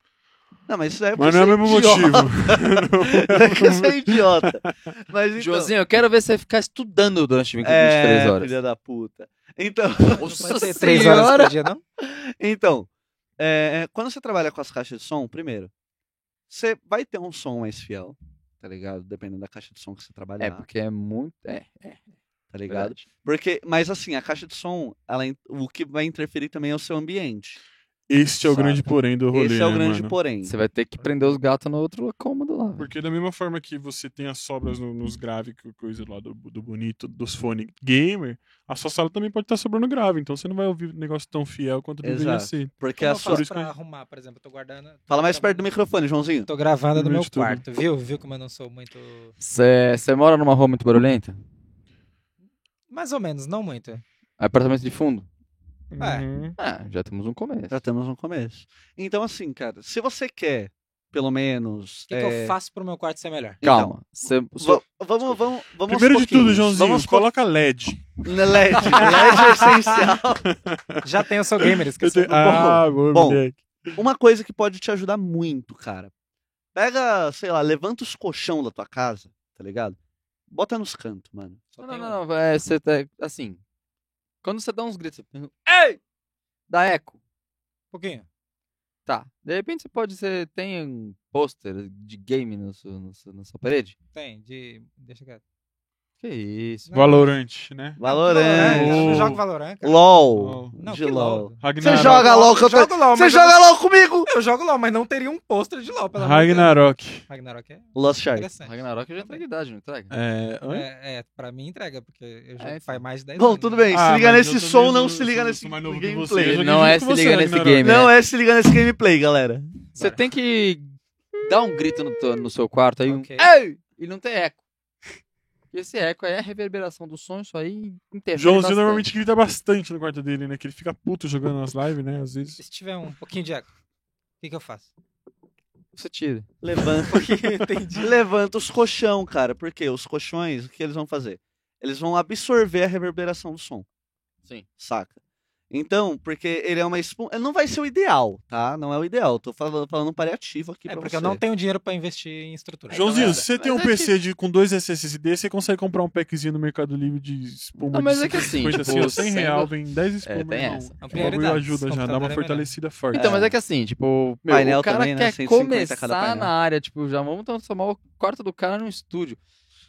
S1: Não, mas isso daí é
S2: Mas não é o mesmo
S1: idiota.
S2: motivo.
S1: [LAUGHS] É que você é idiota. Mas então.
S3: Joãozinho, eu quero ver você ficar estudando durante 20,
S1: é,
S3: 23 horas.
S1: Filha da puta. Então, [LAUGHS]
S4: Não pode ser 3 horas por dia, não?
S1: então é, é, quando você trabalha com as caixas de som, primeiro, você vai ter um som mais fiel, tá ligado? Dependendo da caixa de som que você trabalhar,
S3: É, porque é muito. É,
S1: tá ligado? Porque, mas assim, a caixa de som, ela, in- o que vai interferir também é o seu ambiente.
S2: Este é o
S1: Sabe?
S2: grande porém do rolê,
S1: Esse é o
S2: né,
S1: grande
S2: mano?
S1: porém.
S3: Você vai ter que prender os gatos no outro cômodo lá. velho.
S2: Porque da mesma forma que você tem as sobras no- nos grave, que coisa lá do, do bonito, dos fone gamer, a sua sala também pode estar sobrando grave, então você não vai ouvir um negócio tão fiel quanto deveria
S1: Exato.
S2: ser.
S1: Porque
S4: Como
S1: a
S4: eu
S1: sua.
S4: faço
S2: Por isso
S4: pra
S2: que-
S4: arrumar, por exemplo, eu tô guardando...
S1: Fala mais perto do microfone, Joãozinho.
S4: Tô gravando no
S2: Meu
S4: meu
S2: estudo.
S4: quarto, viu? Viu como eu não sou muito...
S3: Você você mora numa rua muito barulhenta?
S4: Mais ou menos, não muito.
S3: Apartamento de fundo?
S4: É.
S2: Uhum.
S3: Ah, já temos um começo.
S1: Já temos um começo. Então, assim, cara, se você quer, pelo menos. eh,
S4: O que, que eu faço pro meu quarto ser melhor?
S1: então,
S3: Calma. Cê- o seu-
S1: Vamos, vamos, vamos.
S2: Primeiro
S1: aos
S2: de tudo,
S1: pouquinhos.
S2: Joãozinho,
S1: um Vamos um po-
S2: coloca LED.
S1: LED. LED é
S4: [LAUGHS]
S1: essencial.
S4: Já tem o seu gamer, esqueci.
S2: Eu tenho- Ah, bom,
S1: Bom,
S2: moleque.
S1: Uma coisa que pode te ajudar muito, cara. Pega, sei lá, levanta os colchão da tua casa, tá ligado? Bota nos cantos, mano.
S4: Só
S3: Não,
S4: tem
S1: um.
S3: não, não. É, você tá, assim. Quando você dá uns gritos. você pensa, Ei! Dá eco.
S4: um pouquinho.
S3: Tá. De repente você pode ser. Tem um pôster de game no seu- no seu- na sua parede?
S4: Tem, de... Deixa quieto.
S3: Que isso.
S4: Não.
S2: Valorante, né?
S1: Valorante.
S4: Valorant,
S2: Oh.
S4: Eu jogo Valorant, cara.
S1: LOL.
S2: LOL.
S4: Não,
S1: de
S4: que
S1: LOL.
S4: LOL.
S1: Você
S2: Ragnarok.
S1: joga LOL que eu
S4: Eu
S1: tô...
S4: jogo LOL,
S1: Você
S4: mas
S1: joga
S4: eu-
S1: LOL comigo!
S4: Eu jogo LOL, mas não teria um pôster de LOL, pelo amor de Deus.
S2: Ragnarok.
S4: Ragnarok é
S1: Lost Shark.
S4: interessante.
S3: Ragnarok já entrega idade, não entrega?
S2: É, oi?
S4: É, é, pra mim entrega, porque eu jogo
S3: É,
S4: faz mais de 10
S1: Bom,
S4: anos. né?
S1: tudo bem.
S2: Ah,
S1: É, se liga
S2: mas
S1: nesse
S2: eu também
S1: som,
S2: sou-
S1: não
S2: eu
S1: se
S2: sou-
S1: liga
S2: eu
S1: nesse
S2: sou mais novo que você, eu
S1: gameplay.
S2: joguei
S3: Não
S2: junto
S3: é
S2: com
S3: se
S2: você,
S3: liga nesse
S2: Ragnarok.
S3: game.
S1: Não é se liga nesse gameplay, galera.
S3: Você tem que dar um grito no, teu- no seu quarto aí, um
S4: Ok.
S3: Ei! E não tem eco. E esse eco aí é a reverberação do som, isso aí interfere
S2: Joãozinho
S3: bastante.
S2: normalmente grita bastante no quarto dele, né? Que ele fica puto jogando nas lives, né? Às vezes.
S4: Se tiver um pouquinho de eco, o que, que eu faço?
S3: Você tira.
S4: [LAUGHS]
S1: Levanta. Levanta os colchão, cara. Porque os colchões, o que eles vão fazer? Eles vão absorver a reverberação do som.
S3: Sim.
S1: Saca? Então, porque ele é uma espuma. Ele não vai ser o ideal, tá? Não é o ideal. Tô falando, falando um paliativo aqui
S4: É
S1: pra
S4: porque
S1: você.
S4: eu não tenho dinheiro pra investir em estrutura.
S2: Joãozinho,
S3: galera,
S2: se você tem um
S3: mas é que-
S2: PC de, com dois SSD, você consegue comprar um packzinho no Mercado Livre de espuma
S3: Não, mas
S2: de
S3: é que assim,
S2: 50
S3: tipo,
S2: assim, ó, 100
S3: sendo-
S2: real, vem 10 espumas,
S3: É, tem
S2: irmão.
S3: essa.
S2: O
S4: Não,
S2: bagulho
S4: prioridades.
S2: ajuda já, dá
S4: Computador
S2: uma
S4: é
S2: fortalecida forte.
S3: Então,
S1: É.
S3: mas é que assim, tipo, meu,
S1: Painel
S3: o cara
S1: também, né?
S3: quer
S1: 150 cada
S3: começar
S1: painel.
S3: na área, tipo, já vamos transformar o quarto do cara num estúdio.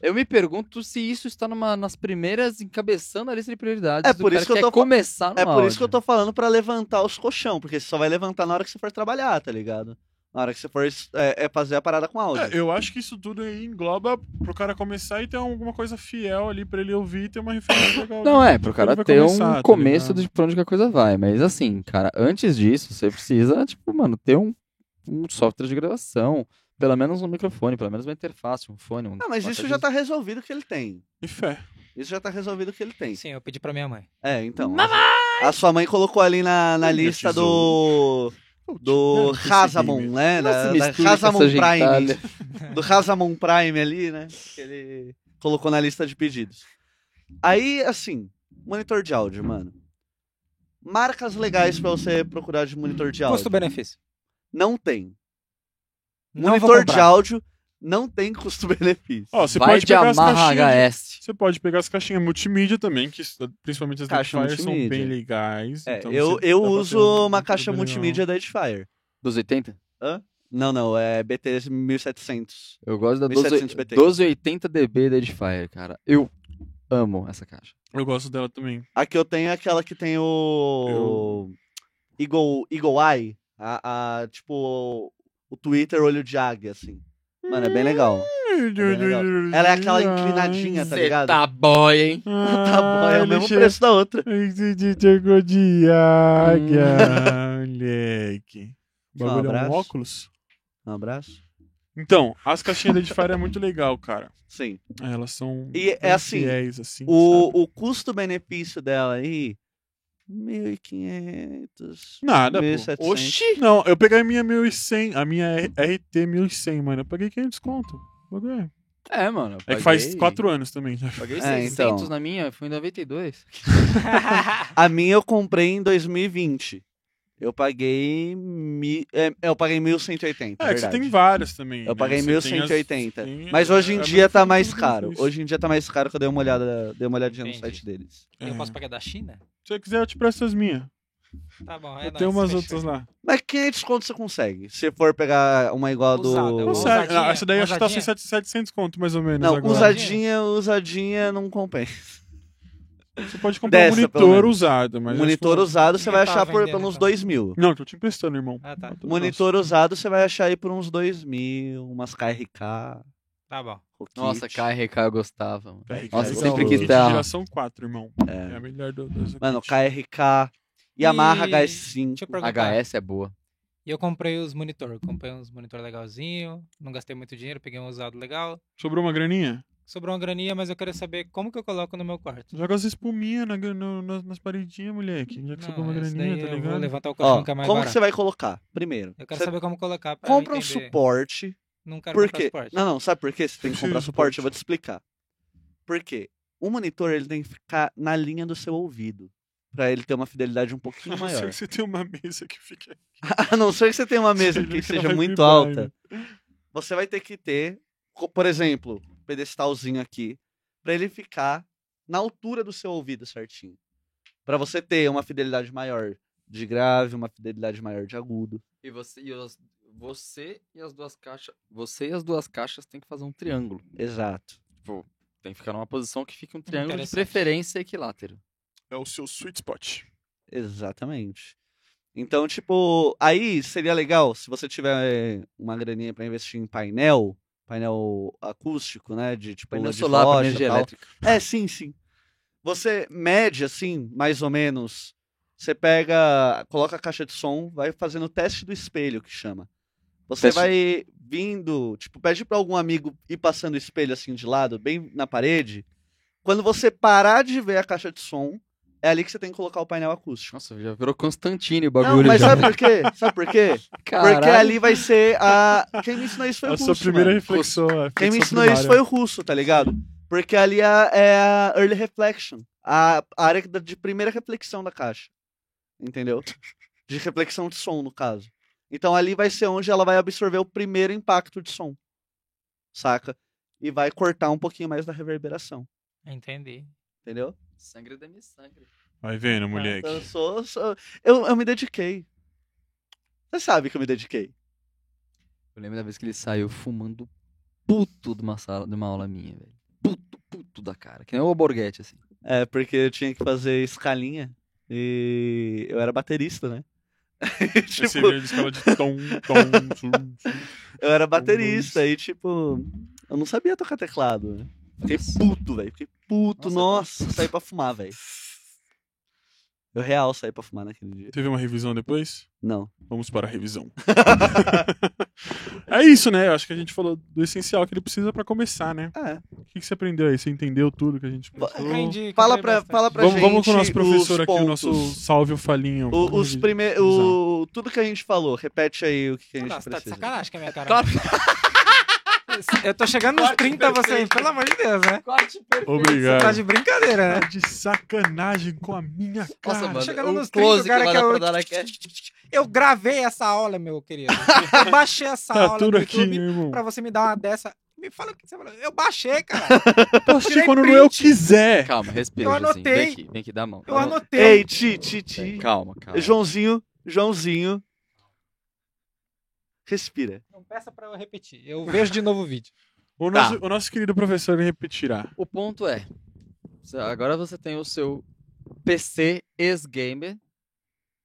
S3: Eu me pergunto se isso está numa, nas primeiras, encabeçando a lista de prioridades.
S1: É
S3: do
S1: por
S3: cara
S1: isso que eu
S3: quer
S1: tô fa-
S3: começar no
S1: É por isso que eu tô
S3: áudio.
S1: falando pra levantar os colchão, porque você só vai levantar na hora que você for trabalhar, tá ligado? Na hora que você for é, é fazer a parada com áudio.
S3: assim,
S2: É, eu acho que isso tudo aí engloba pro cara começar e ter alguma coisa fiel ali pra ele ouvir e ter uma referência legal. né?
S3: Não é,
S2: Ele
S3: pro cara
S2: vai
S3: ter
S2: começar,
S3: um
S2: tá
S3: começo
S2: ligado?
S3: de pra onde que a coisa vai. Mas assim, cara, antes disso, você precisa, tipo, mano, ter um, um software de gravação. Pelo menos um microfone, pelo menos uma interface, um fone. Um
S1: Ah, mas
S3: uma
S1: isso
S3: caixa
S1: já
S3: de-
S1: tá resolvido que ele tem.
S2: E fé.
S1: Isso já tá resolvido que ele tem.
S4: Então, Sim, eu pedi pra minha mãe.
S1: É, então. A, a sua mãe colocou ali na, na
S2: Minha
S1: lista do.
S2: Não,
S1: Do
S2: esse
S1: Razamon,
S2: game.
S1: né?
S3: Não
S1: Da,
S3: se
S1: da
S3: misture com
S1: Razamon
S3: essa
S1: Prime.
S3: gentalha.
S1: Do Razamon Prime ali, né? Que ele colocou na lista de pedidos. Aí, assim, monitor de áudio, mano. Marcas legais pra você procurar de monitor de áudio.
S4: Custo-benefício.
S1: Não tem.
S4: Não vou
S1: monitor de
S4: comprar.
S1: áudio não tem custo-benefício.
S2: Ó, você
S3: Vai
S2: pode
S3: de
S2: pegar as
S3: Yamaha
S2: caixinhas de-
S3: HS.
S2: Você pode pegar as caixinhas multimídia também, que s- principalmente as
S1: Caixa
S2: Deadfire são
S1: multimídia.
S2: bem legais.
S1: É,
S2: então
S1: eu
S2: você
S1: eu
S2: dá pra
S1: uso
S2: ter um-
S1: uma
S2: um
S1: caixa
S2: legal.
S1: multimídia da Edifier.
S3: 1280?
S1: Não, não, é BT 1700.
S3: Eu gosto da
S1: 1700 BT.
S3: 1280 DB da Edifier, cara. Eu amo essa caixa.
S2: Eu gosto dela também.
S1: A que eu tenho é aquela que tem o. Eagle, Eagle Eye. A, a- tipo, o Twitter olho de águia, assim. Mano, é bem legal. legal. Ela é aquela inclinadinha, tá ligado?
S3: tá boy, hein?
S2: Ah,
S1: [LAUGHS] Tá bom, é o
S2: ele
S1: mesmo
S2: che- [LAUGHS]
S1: preço da outra.
S2: Ele chegou de águia,
S1: Hum.
S2: [LAUGHS] moleque. O
S1: Só um
S2: bagulho é um
S1: abraço.
S2: óculos?
S1: Um abraço.
S2: Então, as caixinhas da Edifier é muito legal, cara.
S1: Sim.
S2: Elas são
S1: E é assim,
S2: fiéis, assim, sabe?
S1: O, o custo-benefício dela aí. 1.500.
S2: Nada, pô.
S1: 1.700.
S3: Oxi!
S2: Não, eu peguei a minha 1100, a minha R- RT 1100, mano. Eu paguei 500 conto. O bagulho É
S3: É, mano. eu
S2: É que faz
S3: paguei-
S2: 4 anos também. né?
S3: Paguei
S1: É,
S3: 600
S1: então.
S3: na minha, foi em 92.
S1: A minha eu comprei em 2020. Eu paguei. Mi... é, eu paguei 1.180.
S2: É, que você
S1: verdade.
S2: tem várias também.
S1: Eu
S2: né?
S1: paguei
S2: Você tem as-
S1: 1180.
S2: tem-
S1: Mas hoje em
S2: é,
S1: dia
S2: mas
S1: tá
S2: tem
S1: mais
S2: tudo
S1: caro.
S2: isso.
S1: Hoje em dia tá mais caro que eu dei uma olhada, dei uma olhadinha no
S4: Entendi.
S1: site deles.
S4: Eu
S2: É.
S4: posso pagar da China?
S2: Se você quiser, eu te presto as minhas.
S4: Tá bom, é
S2: Eu tenho
S4: nóis,
S2: umas
S4: fechou.
S2: outras lá.
S1: Mas 500 conto você consegue. Se for pegar uma igual a do.
S4: Usada, é Uma usada.
S2: Consegue. Ah, Essa daí acho que tá
S4: ousadinha.
S2: 700 700 conto, mais ou menos.
S1: Não,
S2: agora.
S1: usadinha, usadinha não compensa.
S2: Você pode comprar um
S1: Dessa, pelo
S2: monitor
S1: menos.
S2: usado, mas.
S1: Um Monitor
S2: acho
S1: usado você
S4: Quem
S1: vai
S4: tá
S1: achar por
S4: vendendo,
S1: pelos
S4: então?
S1: 2 mil.
S2: que- Não, eu tô te emprestando, irmão.
S4: Ah, tá.
S1: Monitor usado você vai achar aí por uns 2 mil, umas KRK.
S4: Tá bom.
S1: Rocket.
S3: Nossa, KRK eu gostava, mano.
S2: Peraí,
S1: Nossa,
S2: cara,
S1: sempre
S2: eu tô
S1: que
S2: kit
S3: tá-
S2: é de geração 4, irmão. É, a melhor do, das
S1: Mano,
S2: kits.
S1: KRK. Yamaha
S4: E- Deixa eu
S1: HS5.
S4: perguntar.
S3: HS é boa.
S4: E eu comprei os monitor. Eu Comprei uns monitor legalzinho. Não gastei muito dinheiro, peguei um usado legal.
S2: Sobrou uma graninha?
S4: Sobrou uma graninha, mas eu queria saber como que eu coloco no meu quarto.
S2: Joga as espuminhas na, no- nas, nas paredinhas, moleque. Já que sobrou uma
S4: esse
S2: graninha,
S4: daí
S2: tá
S4: eu vou
S2: ligado?
S4: levantar o colchão
S1: Ó,
S4: que é mais
S1: como que
S4: barato.
S1: você vai colocar? Primeiro,
S4: Eu quero
S1: você
S4: saber como colocar pra eu
S1: compra um
S4: entender.
S1: suporte.
S4: Não quero
S1: Por
S4: comprar
S1: quê?
S4: suporte.
S1: Não, não, sabe por que você tem que
S2: Preciso
S1: comprar suporte?
S2: de suporte.
S1: Eu vou te explicar. Por quê? O monitor ele tem que ficar na linha do seu ouvido. Pra ele ter uma fidelidade um pouquinho
S2: A [LAUGHS] não ser
S1: maior.
S2: que você tem uma mesa que fica.
S1: [LAUGHS] A não ser que você tenha
S2: [LAUGHS]
S1: uma mesa
S2: Ele
S1: que
S2: não
S1: seja
S2: vai
S1: muito
S2: vibrar,
S1: alta.
S2: né?
S1: Você vai ter que ter, co- por exemplo, um pedestalzinho aqui. Pra ele ficar na altura do seu ouvido certinho. Pra você ter uma fidelidade maior de grave, uma fidelidade maior de agudo.
S3: E você e, as, você e as duas caixas. Você e as duas caixas tem que fazer um triângulo.
S1: Exato.
S3: Tem que ficar numa posição que fique um triângulo de
S4: Interessante.
S3: preferência equilátero.
S2: É o seu sweet spot.
S1: Exatamente. Então, tipo, aí seria legal se você tiver uma graninha pra investir em painel, painel acústico, né, de tipo
S3: Painel
S1: de
S3: solar pra
S1: rocha e
S3: energia
S1: tal.
S3: elétrica.
S1: É, sim, sim. Você mede assim, mais ou menos. Você pega, coloca a caixa de som, vai fazendo o teste do espelho que chama. Você
S3: Teste-
S1: vai vindo, tipo, pede pra algum amigo ir passando o espelho assim de lado, bem na parede. Quando você parar de ver a caixa de som, é ali que você tem que colocar o painel acústico.
S3: Nossa, já virou Constantine o
S1: Não,
S3: bagulho.
S1: mas
S3: já.
S1: sabe por quê? Sabe por quê? Porque
S3: Caralho.
S1: ali vai ser a. Quem me ensinou isso foi o
S2: É a sua
S1: russo.
S2: primeira
S1: Tá mano.
S2: reflexão. é a
S1: Quem me
S2: reflexão
S1: ensinou
S2: primária.
S1: isso foi o russo, tá ligado? Porque ali é a, é a early reflection a, a área da- de primeira reflexão da caixa. Entendeu? De reflexão de som, no caso. Então ali vai ser onde ela vai absorver o primeiro impacto de som. Saca? E vai cortar um pouquinho mais da reverberação.
S4: Entendi.
S1: Entendeu? Então,
S3: Sangre da minha sangre.
S2: Vai vendo, moleque.
S1: Eu, sou, sou- eu, eu me dediquei. Você sabe que eu me dediquei.
S3: Eu lembro da vez que ele saiu fumando puto de uma, sala, de uma aula minha, velho. Puto, puto da cara. Que nem o Borghetti, assim.
S1: É, porque eu tinha que fazer escalinha e eu era baterista, né? [LAUGHS]
S2: Aí Você
S1: tipo,
S2: vê é de escala de tom, tom, zum, zum.
S1: eu era baterista e, tipo, eu não sabia tocar teclado. Né? Fiquei puto, velho. Fiquei puto,
S3: Nossa.
S1: nossa, saí pra fumar, velho. Eu real saí pra fumar naquele dia.
S2: Teve uma revisão depois?
S1: Não.
S2: Vamos para
S1: [LAUGHS]
S2: a revisão. é isso, né? Eu acho que a gente falou do essencial que ele precisa pra começar, né?
S1: É.
S2: O que, que você aprendeu aí? Você entendeu tudo que a gente
S1: Tá
S4: Hum.
S2: pensou?
S4: Aprendi,
S1: Fala
S4: comprei
S1: pra,
S4: bastante.
S1: fala pra
S2: Vamos,
S1: gente.
S2: vamos com o nosso professor
S1: os
S2: aqui, o nosso
S1: pontos.
S2: salve o falinho.
S1: O- os prime... o... Tudo que a gente falou, repete aí o que, que a gente
S4: Nossa, tá de
S1: precisa.
S4: sacanagem com a minha cara.
S3: Claro.
S4: [LAUGHS] Eu tô chegando nos
S3: Corte
S4: 30, você,
S3: perfeito.
S4: pelo amor de Deus, né?
S3: Corte perfeito.
S2: Obrigado.
S4: Tá de brincadeira, né?
S2: Tá de sacanagem com a minha cara.
S3: Nossa, mano,
S4: Chegando
S3: o
S4: nos 30,
S3: close
S4: o cara
S3: que
S4: quer
S1: tá
S3: vai dar
S4: o-
S3: pra dar aqui é-
S4: [LAUGHS] Eu gravei essa aula, meu querido. Eu baixei
S2: [LAUGHS]
S4: essa
S2: Tá
S4: aula
S2: tudo
S4: no
S2: aqui,
S4: YouTube
S2: meu irmão.
S4: pra você me dar uma dessa. Me fala o que você falou. Eu baixei, cara.
S2: Eu
S4: tirei
S2: Assistir quando eu
S4: print.
S2: quiser.
S3: Calma, respira,
S4: Eu
S3: Joãozinho.
S4: anotei.
S3: Vem aqui, vem aqui, dá a
S2: [LAUGHS]
S3: mão.
S4: Eu
S3: Dá a mão.
S4: anotei.
S1: Ei, Ti, Ti, Ti.
S3: Calma, né? calma.
S1: Joãozinho, Joãozinho. Respira.
S4: Não peça pra eu repetir. Eu vejo de novo o vídeo.
S2: O
S3: Tá.
S2: nosso, o nosso querido professor ele repetirá.
S3: O ponto é, você- agora você tem o seu PC ex-gamer.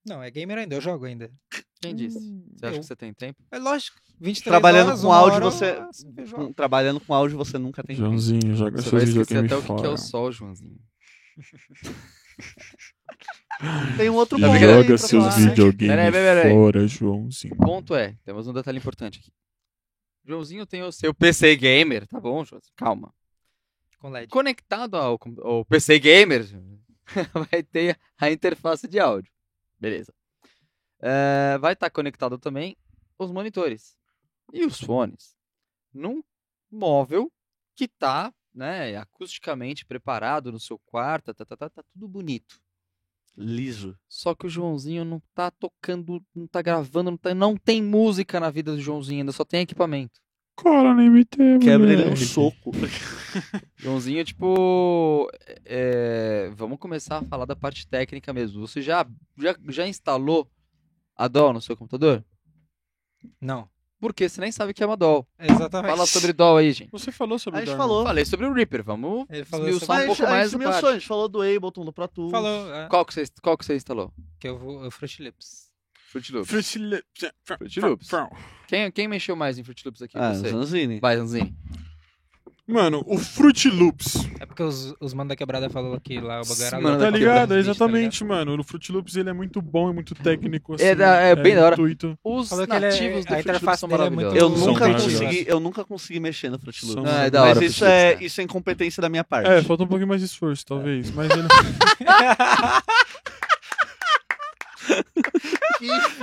S4: Não, é gamer ainda, eu jogo ainda.
S3: Quem disse? Você acha
S4: eu.
S3: que você tem tempo?
S4: É lógico. 23
S1: Trabalhando
S4: horas,
S1: com
S4: uma
S1: áudio,
S4: hora,
S1: você- Hum,
S4: eu sempre jogo.
S1: Com- trabalhando com áudio você nunca tem. tempo.
S2: Joãozinho, joga
S3: Você
S2: seus
S3: vai esquecer
S2: videogames
S3: até o que que é
S2: fora.
S3: o sol, Joãozinho.
S1: Tem um outro
S3: Tá
S1: ponto
S3: ligado?
S1: aí
S2: Joga
S1: pra
S2: seus
S1: falar, né?
S3: Peraí,
S2: videogames
S3: peraí, peraí.
S2: fora, Joãozinho.
S3: O ponto é, temos um detalhe importante aqui. Joãozinho tem o seu PC gamer, tá bom, Joãozinho? Calma.
S4: Com LED.
S3: Conectado ao, com- ao PC gamer, [LAUGHS] vai ter a interface de áudio. Beleza. É, vai estar conectado também os monitores e os fones num móvel que tá, né, acusticamente preparado no seu quarto, tá, tá, tá, tá tudo bonito.
S1: Liso.
S3: Só que o Joãozinho não tá tocando, não tá gravando, não, tá- não tem música na vida do Joãozinho ainda, só tem equipamento.
S2: Cola na MT,
S1: Quebra ele
S2: moleque.
S1: um soco.
S3: Joãozinho, tipo. é, vamos começar a falar da parte técnica mesmo. Você já, já, já instalou a DOL no seu computador?
S4: Não.
S3: Porque você nem sabe o que é uma DOL.
S4: Exatamente.
S3: Fala sobre DOL aí, gente.
S2: Você falou
S1: A
S2: sobre
S1: gente
S2: Dharma.
S1: falou.
S3: Falei sobre o Reaper, vamos
S4: Ele falou
S3: esmiuçar
S4: sobre-
S3: um
S1: Mas
S3: pouco
S1: a gente
S3: mais do
S1: mencionou,
S3: parte.
S1: a gente falou do Ableton, do Pro Tools.
S4: Falou, é,
S3: Qual que você, qual que você instalou?
S4: que eu vou. Eu Fruit Lips.
S3: Fruit Loops.
S2: Fruit Loops.
S3: Fruit Loops. Quem, quem mexeu mais em Fruit Loops aqui?
S1: Ah,
S3: você.
S1: Zanzini.
S3: Vai, Zanzini.
S2: Mano, o Fruit Loops.
S4: É porque os, os mano da quebrada falou que lá o bagulho era
S3: Mano
S4: louco,
S2: Tá
S3: da
S4: que
S2: ligado?
S4: os bichos, tá ligado?
S2: Exatamente, mano. O Fruit Loops ele é muito bom, é muito técnico. Assim,
S3: É da- é bem da hora.
S2: intuito.
S3: Os
S4: Falou que ele é-
S3: nativos
S4: a
S3: do Fruit Loops
S4: interface
S3: são
S4: dele é
S3: maravilhosos.
S4: muito-
S1: Eu
S2: São
S1: nunca,
S2: maravilhosos.
S1: consegui, eu nunca consegui mexer no Fruit Loops.
S2: São
S3: Ah, é da
S1: Mas
S3: hora o
S1: isso
S3: Fruit Loops,
S1: é,
S3: né?
S1: isso é incompetência da minha parte.
S2: É, falta um pouquinho mais de esforço, talvez. Mas [LAUGHS] ele...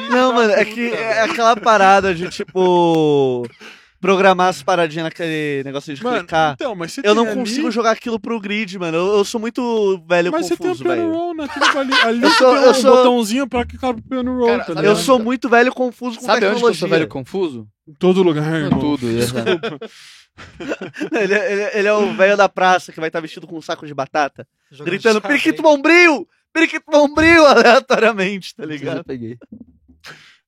S1: Não, mano, é que é aquela parada de tipo. Programar as paradinhas naquele negócio de
S2: Mano,
S1: clicar.
S2: Então, mas você
S1: Eu não
S2: tem
S1: consigo
S2: ali...
S1: jogar aquilo pro grid, mano. Eu, eu sou muito velho
S2: Mas você tem né? o
S1: confuso,
S2: piano
S1: velho.
S2: roll naquilo ali. Ali
S1: Eu
S2: você
S1: sou-
S2: tem
S1: eu
S2: um
S1: sou-
S2: botãozinho pra clicar pro piano roll,
S3: Cara,
S2: tá
S3: sabe
S2: ligado?
S1: Eu sou muito velho confuso com
S3: Sabe onde que eu
S1: tecnologia.
S3: sou velho confuso?
S2: Em todo lugar,
S3: Com
S2: irmão.
S3: tudo. né? exato.
S1: ele, é- ele é- ele é o velho da praça que vai estar vestido com um saco de batata,
S4: Jogando
S1: gritando
S4: xadrez.
S1: periquito bombril! Periquito bombril! [LAUGHS] aleatoriamente, tá
S3: Eu já
S1: ligado?
S3: peguei.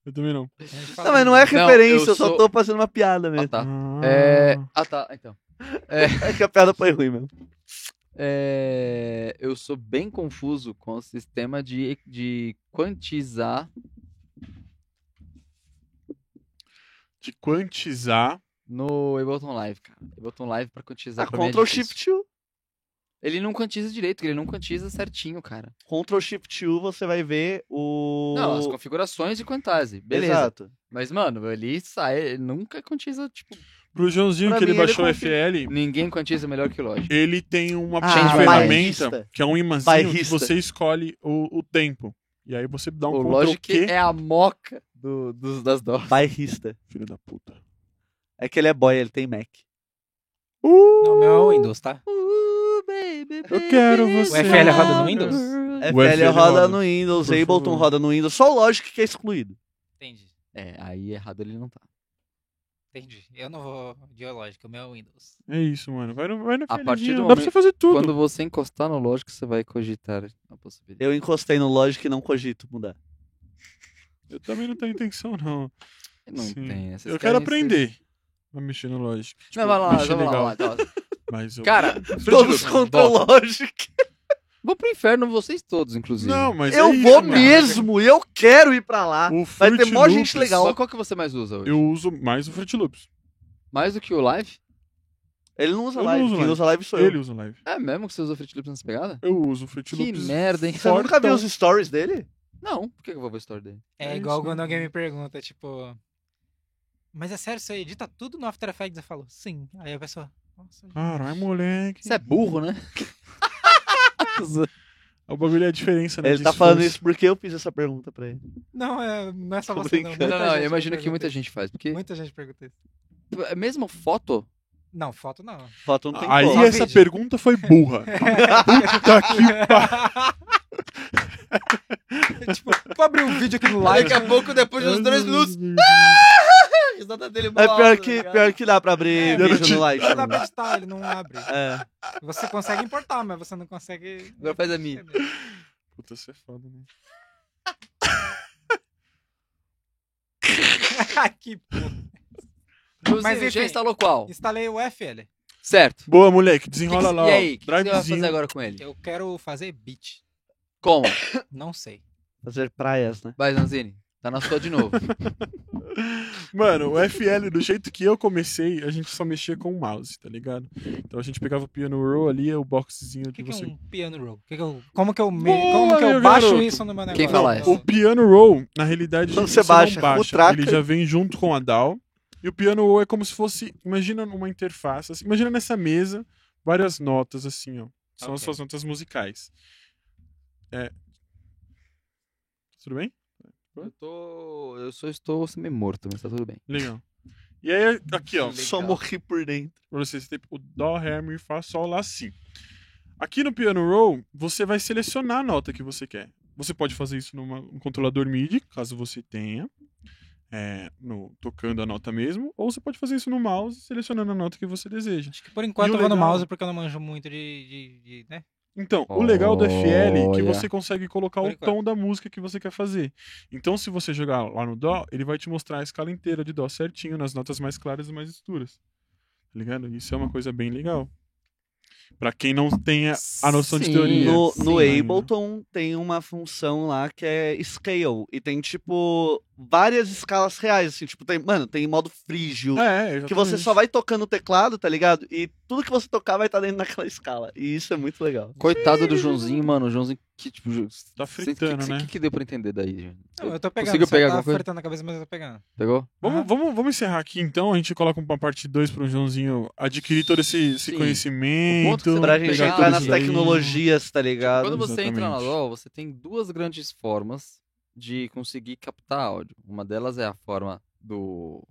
S2: Eu também não.
S4: A gente fala
S1: Não, mas não é
S3: Não,
S1: referência,
S3: eu
S1: eu, só
S3: sou-
S1: tô fazendo uma piada
S3: Ah,
S1: mesmo.
S3: tá.
S2: Ah.
S3: É... Ah, tá. Então.
S1: É que a piada foi ruim mesmo.
S3: É, Eu sou bem confuso com o sistema de, de quantizar
S2: De quantizar.
S3: no Ableton Live, cara. Ableton Live pra quantizar.
S1: Ah,
S3: pra mim é
S1: Ctrl
S3: difícil.
S1: Shift U.
S3: Ele não quantiza direito, ele não quantiza certinho, cara.
S1: Ctrl Shift U, você vai ver o.
S3: Não, as configurações de quantase. Beleza.
S1: Exato.
S3: Mas, mano, ele sai, ele nunca quantiza, tipo,
S2: Pro Joãozinho
S1: Pra
S2: que ele
S1: mim, ele é
S2: baixou o
S1: confia.
S2: FL,
S3: ninguém quantiza melhor que o Logic.
S2: ele tem uma
S1: Ah,
S2: ferramenta
S1: bairrista.
S2: que é um imãzinho que
S1: Bairrista.
S2: você escolhe o, o tempo. E aí você dá um
S3: O
S2: Ctrl
S3: Logic
S2: Q.
S3: é a moca do, dos, das dó.
S1: Bairrista.
S2: Filho da puta.
S1: É que ele é boy, ele tem Mac.
S4: Não, o meu é o Windows, tá?
S2: Eu quero
S4: O
S2: você.
S4: FL roda no Windows?
S1: FL,
S2: FL
S1: É roda
S2: roda.
S1: no Windows,
S2: Por
S1: Ableton
S2: favor.
S1: roda no Windows, só o Logic que é excluído.
S4: Entendi.
S3: É, aí errado ele não tá.
S4: Entendi. Eu não vou de lógica, o meu é o Windows.
S2: É isso, mano. Vai no, vai no
S3: A partir do
S2: FLzinho, Dá pra
S3: momento-
S2: você fazer tudo.
S3: Quando você encostar no Logic, você vai cogitar a possibilidade.
S1: Eu encostei no Logic e não cogito mudar.
S2: Eu também não tenho intenção, não.
S3: Não
S2: Sim.
S3: tem essa
S2: Eu quero aprender. Vai mexer no Logic. Tipo,
S3: Não, vai lá,
S2: mexer
S3: vai lá,
S2: legal.
S3: vai lá. vai lá.
S2: Mas eu...
S3: Cara,
S1: Todos contra o Logic.
S3: vou pro inferno vocês todos, inclusive.
S2: Não, mas
S1: Eu
S2: é isso,
S1: vou
S2: mano.
S1: mesmo, eu quero ir pra lá.
S2: O
S1: Vai ter
S2: Fruit
S1: mó
S2: Loops,
S1: gente legal.
S3: Mas qual que você mais usa hoje?
S2: Eu uso mais o Fruit Loops.
S3: Mais do que o Live?
S1: Ele não usa
S2: Eu não
S1: live,
S2: uso
S1: quem
S2: live.
S1: usa live sou
S2: Ele
S1: eu.
S2: usa live.
S3: É mesmo que você usa Fruit Loops nessa pegada?
S2: Eu uso o Fruit
S3: Que
S2: Loops.
S3: merda, hein?
S1: Você nunca viu
S2: Fortão.
S1: os stories dele?
S3: Não, por que que eu vou ver o story dele?
S4: É,
S2: É
S4: igual
S2: isso,
S4: quando
S2: né?
S4: alguém me pergunta, tipo. Mas é sério, você edita tudo no After Effects? Eu falo, sim. Aí a pessoa. Nossa,
S1: Hum?
S2: Caralho, moleque.
S3: Você é burro,
S2: [LAUGHS]
S3: né?
S2: O bagulho é a diferença, né?
S1: Ele
S2: de
S1: tá falando
S2: esforço.
S1: isso porque eu fiz essa pergunta pra ele.
S4: Não, é, não é só
S1: Tô
S4: você, não.
S1: brincando.
S3: não,
S4: Muita
S3: não,
S4: gente
S3: eu
S4: me
S3: imagino que
S4: pergunta
S3: muita
S4: isso.
S3: gente faz. Porque é
S4: Muita gente pergunta isso.
S3: mesmo foto,
S4: Não, foto não.
S1: Foto não tem
S2: Aí é
S1: como.
S2: essa
S4: Vídeo.
S5: [LAUGHS]
S4: [LAUGHS]
S2: pergunta foi burra. Puta que
S4: tipo, vou abrir um vídeo aqui no live.
S5: Daqui a pouco, depois de uns dois minutos, a risada dele
S1: É
S5: boa
S1: pior
S5: alta,
S1: que,
S5: tá ligado?
S1: pior que dá pra abrir
S4: É,
S1: vídeo no né?
S4: Não dá pra
S1: Lightroom.
S4: editar, ele não abre.
S1: É.
S4: Você consegue importar, mas você não consegue.
S3: Agora faz a minha.
S2: Puta, você é foda, né?
S4: [LAUGHS] que
S3: Mas
S4: enfim.
S3: já instalou qual?
S4: Instalei o FL.
S3: Certo.
S2: Boa, moleque, desenrola
S3: Que que-
S2: lá,
S3: e
S2: ó.
S3: aí, o que, que você vai fazer
S2: drivezinho.
S3: agora com ele?
S4: Eu quero fazer beat.
S3: Como?
S4: Não sei.
S1: Fazer praias, né?
S3: Vai, Zanzini. Tá na sua de novo.
S2: Mano, o FL, do jeito que eu comecei, a gente só mexia com o mouse, tá ligado? Então a gente pegava o piano roll ali, o boxzinho
S4: O
S2: de
S4: que, que é
S2: você.
S4: um piano roll? O que que eu- como que eu, me,
S2: Boa,
S4: como que eu
S2: meu
S4: baixo
S2: garoto.
S4: isso no meu negócio?
S3: Quem fala
S4: Não,
S3: essa?
S2: O piano roll, na realidade,
S1: Quando
S2: você
S1: você baixa,
S2: não
S1: o
S2: baixa.
S1: tracker-
S2: Ele já vem junto com a DAW. E o piano roll é como se fosse, imagina uma interface, assim, imagina nessa mesa, várias notas assim, ó. São as
S4: Ok.
S2: suas notas musicais. É. Tudo bem?
S3: [LAUGHS] eu tô. Eu só estou semi-morto, mas tá tudo bem.
S2: Legal. E aí, aqui, ó.
S1: Só morri por dentro.
S2: Pra vocês terem o Dó, Ré, Mi, Fá, Sol, Lá, Si. Aqui no Piano Roll, você vai selecionar a nota que você quer. Você pode fazer isso numa- num controlador MIDI, caso você tenha, é, no, tocando a nota mesmo, ou você pode fazer isso no mouse, selecionando a nota que você deseja.
S4: Acho que por enquanto
S2: E o
S4: eu vou no
S2: legal-
S4: mouse porque eu não manjo muito de. de, de- né?
S2: Então, o legal do FL é que
S3: Olha.
S2: você consegue colocar
S4: Por
S2: o
S4: enquanto.
S2: tom da música que você quer fazer. Então, se você jogar lá no Dó, ele vai te mostrar a escala inteira de Dó certinho, nas notas mais claras e mais escuras. Tá ligado? Isso é uma coisa bem legal. Pra quem não tenha É, a noção de
S3: Sim.
S2: teoria.
S1: No,
S3: Sim,
S1: no
S2: mano.
S1: Ableton tem uma função lá que é scale. E tem, tipo, várias escalas reais, assim. Tipo, tem, mano, tem modo frígio.
S2: É,
S1: Que você só vai tocando o teclado, tá ligado? E tudo que você tocar vai estar dentro daquela escala. E isso é muito legal.
S3: Coitado do Joãozinho, mano. O Joãozinho que, tipo. ju-
S2: Tá
S3: sei-
S2: fritando,
S3: sei-
S2: né? é
S3: O que, que deu pra entender daí, gente?
S4: Não, eu tô pegando.
S3: Conseguiu
S4: só
S3: pegar
S4: tá
S3: alguma coisa?
S4: apertando a cabeça, mas eu tô pegando.
S3: Pegou?
S4: Ah.
S2: Vamos, vamos, vamos encerrar aqui então. A gente coloca uma parte 2 pro Joãozinho adquirir todo esse, esse
S3: Sim. O ponto
S2: conhecimento.
S3: que você
S1: Pra
S3: Vamos
S1: gente
S3: pegar
S1: entrar
S3: tudo
S1: nas
S3: isso daí.
S1: tecnologias, tá
S3: Quando
S1: ligado?
S3: você entra na
S2: Exatamente.
S3: LOL, você tem duas grandes formas de conseguir captar áudio. Uma delas é a forma do,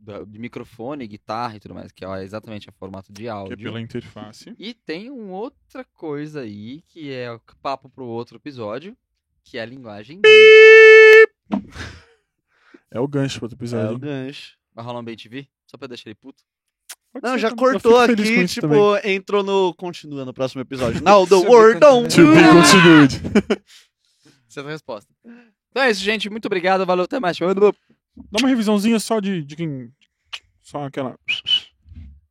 S3: da- de microfone, guitarra e tudo mais, que é exatamente o formato de
S2: Que é
S3: áudio.
S2: pela interface.
S3: E tem uma outra coisa aí, que é o papo pro outro episódio, que é a linguagem.
S2: É o gancho pro outro
S1: É
S2: episódio.
S1: o gancho.
S3: Vai rolar um bem TV? Só pra deixar ele puto?
S2: Pode
S1: Não,
S2: ser
S1: já
S2: também.
S1: cortou
S2: Eu fico [LAUGHS] feliz com
S1: aqui,
S2: isso
S1: tipo,
S2: também.
S1: entrou no. Continua no próximo
S2: [LAUGHS]
S1: episódio. Now the
S4: To be
S1: world don't.
S2: To be continued.
S3: Certa é resposta. Então é isso, gente. Muito obrigado. Valeu, até mais.
S2: Dá uma revisãozinha só de, de quem. Só aquela.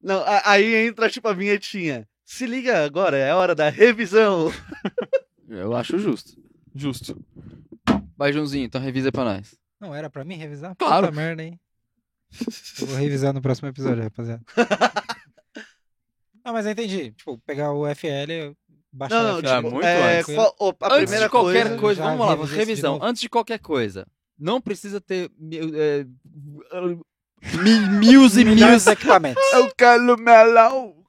S1: Não, a- aí entra, tipo, a vinhetinha. Se liga agora, é a hora da
S3: [LAUGHS]
S1: revisão.
S3: Eu acho justo.
S2: Justo.
S3: Vai, Joãozinho, então revisa pra nós.
S4: Não, era pra mim revisar?
S3: Claro.
S4: Puta merda, hein? Eu vou revisar no próximo
S1: [LAUGHS]
S4: episódio, rapaziada. Não, mas eu entendi. Tipo, pegar o FL, baixar
S1: Não, não,
S4: o FL.
S3: tá
S1: tipo,
S3: muito
S1: é,
S4: antes.
S1: qual- o- a
S3: Antes
S1: primeira
S3: de qualquer
S1: coisa.
S3: coisa,
S4: Já
S3: vamos lá,
S4: revisei isso de
S3: revisão.
S4: novo.
S3: Antes de qualquer coisa, não precisa ter. mil- é, mi- Mils e
S4: Milhões
S3: mils.
S4: de equipamentos.
S1: É o Carlo Melão.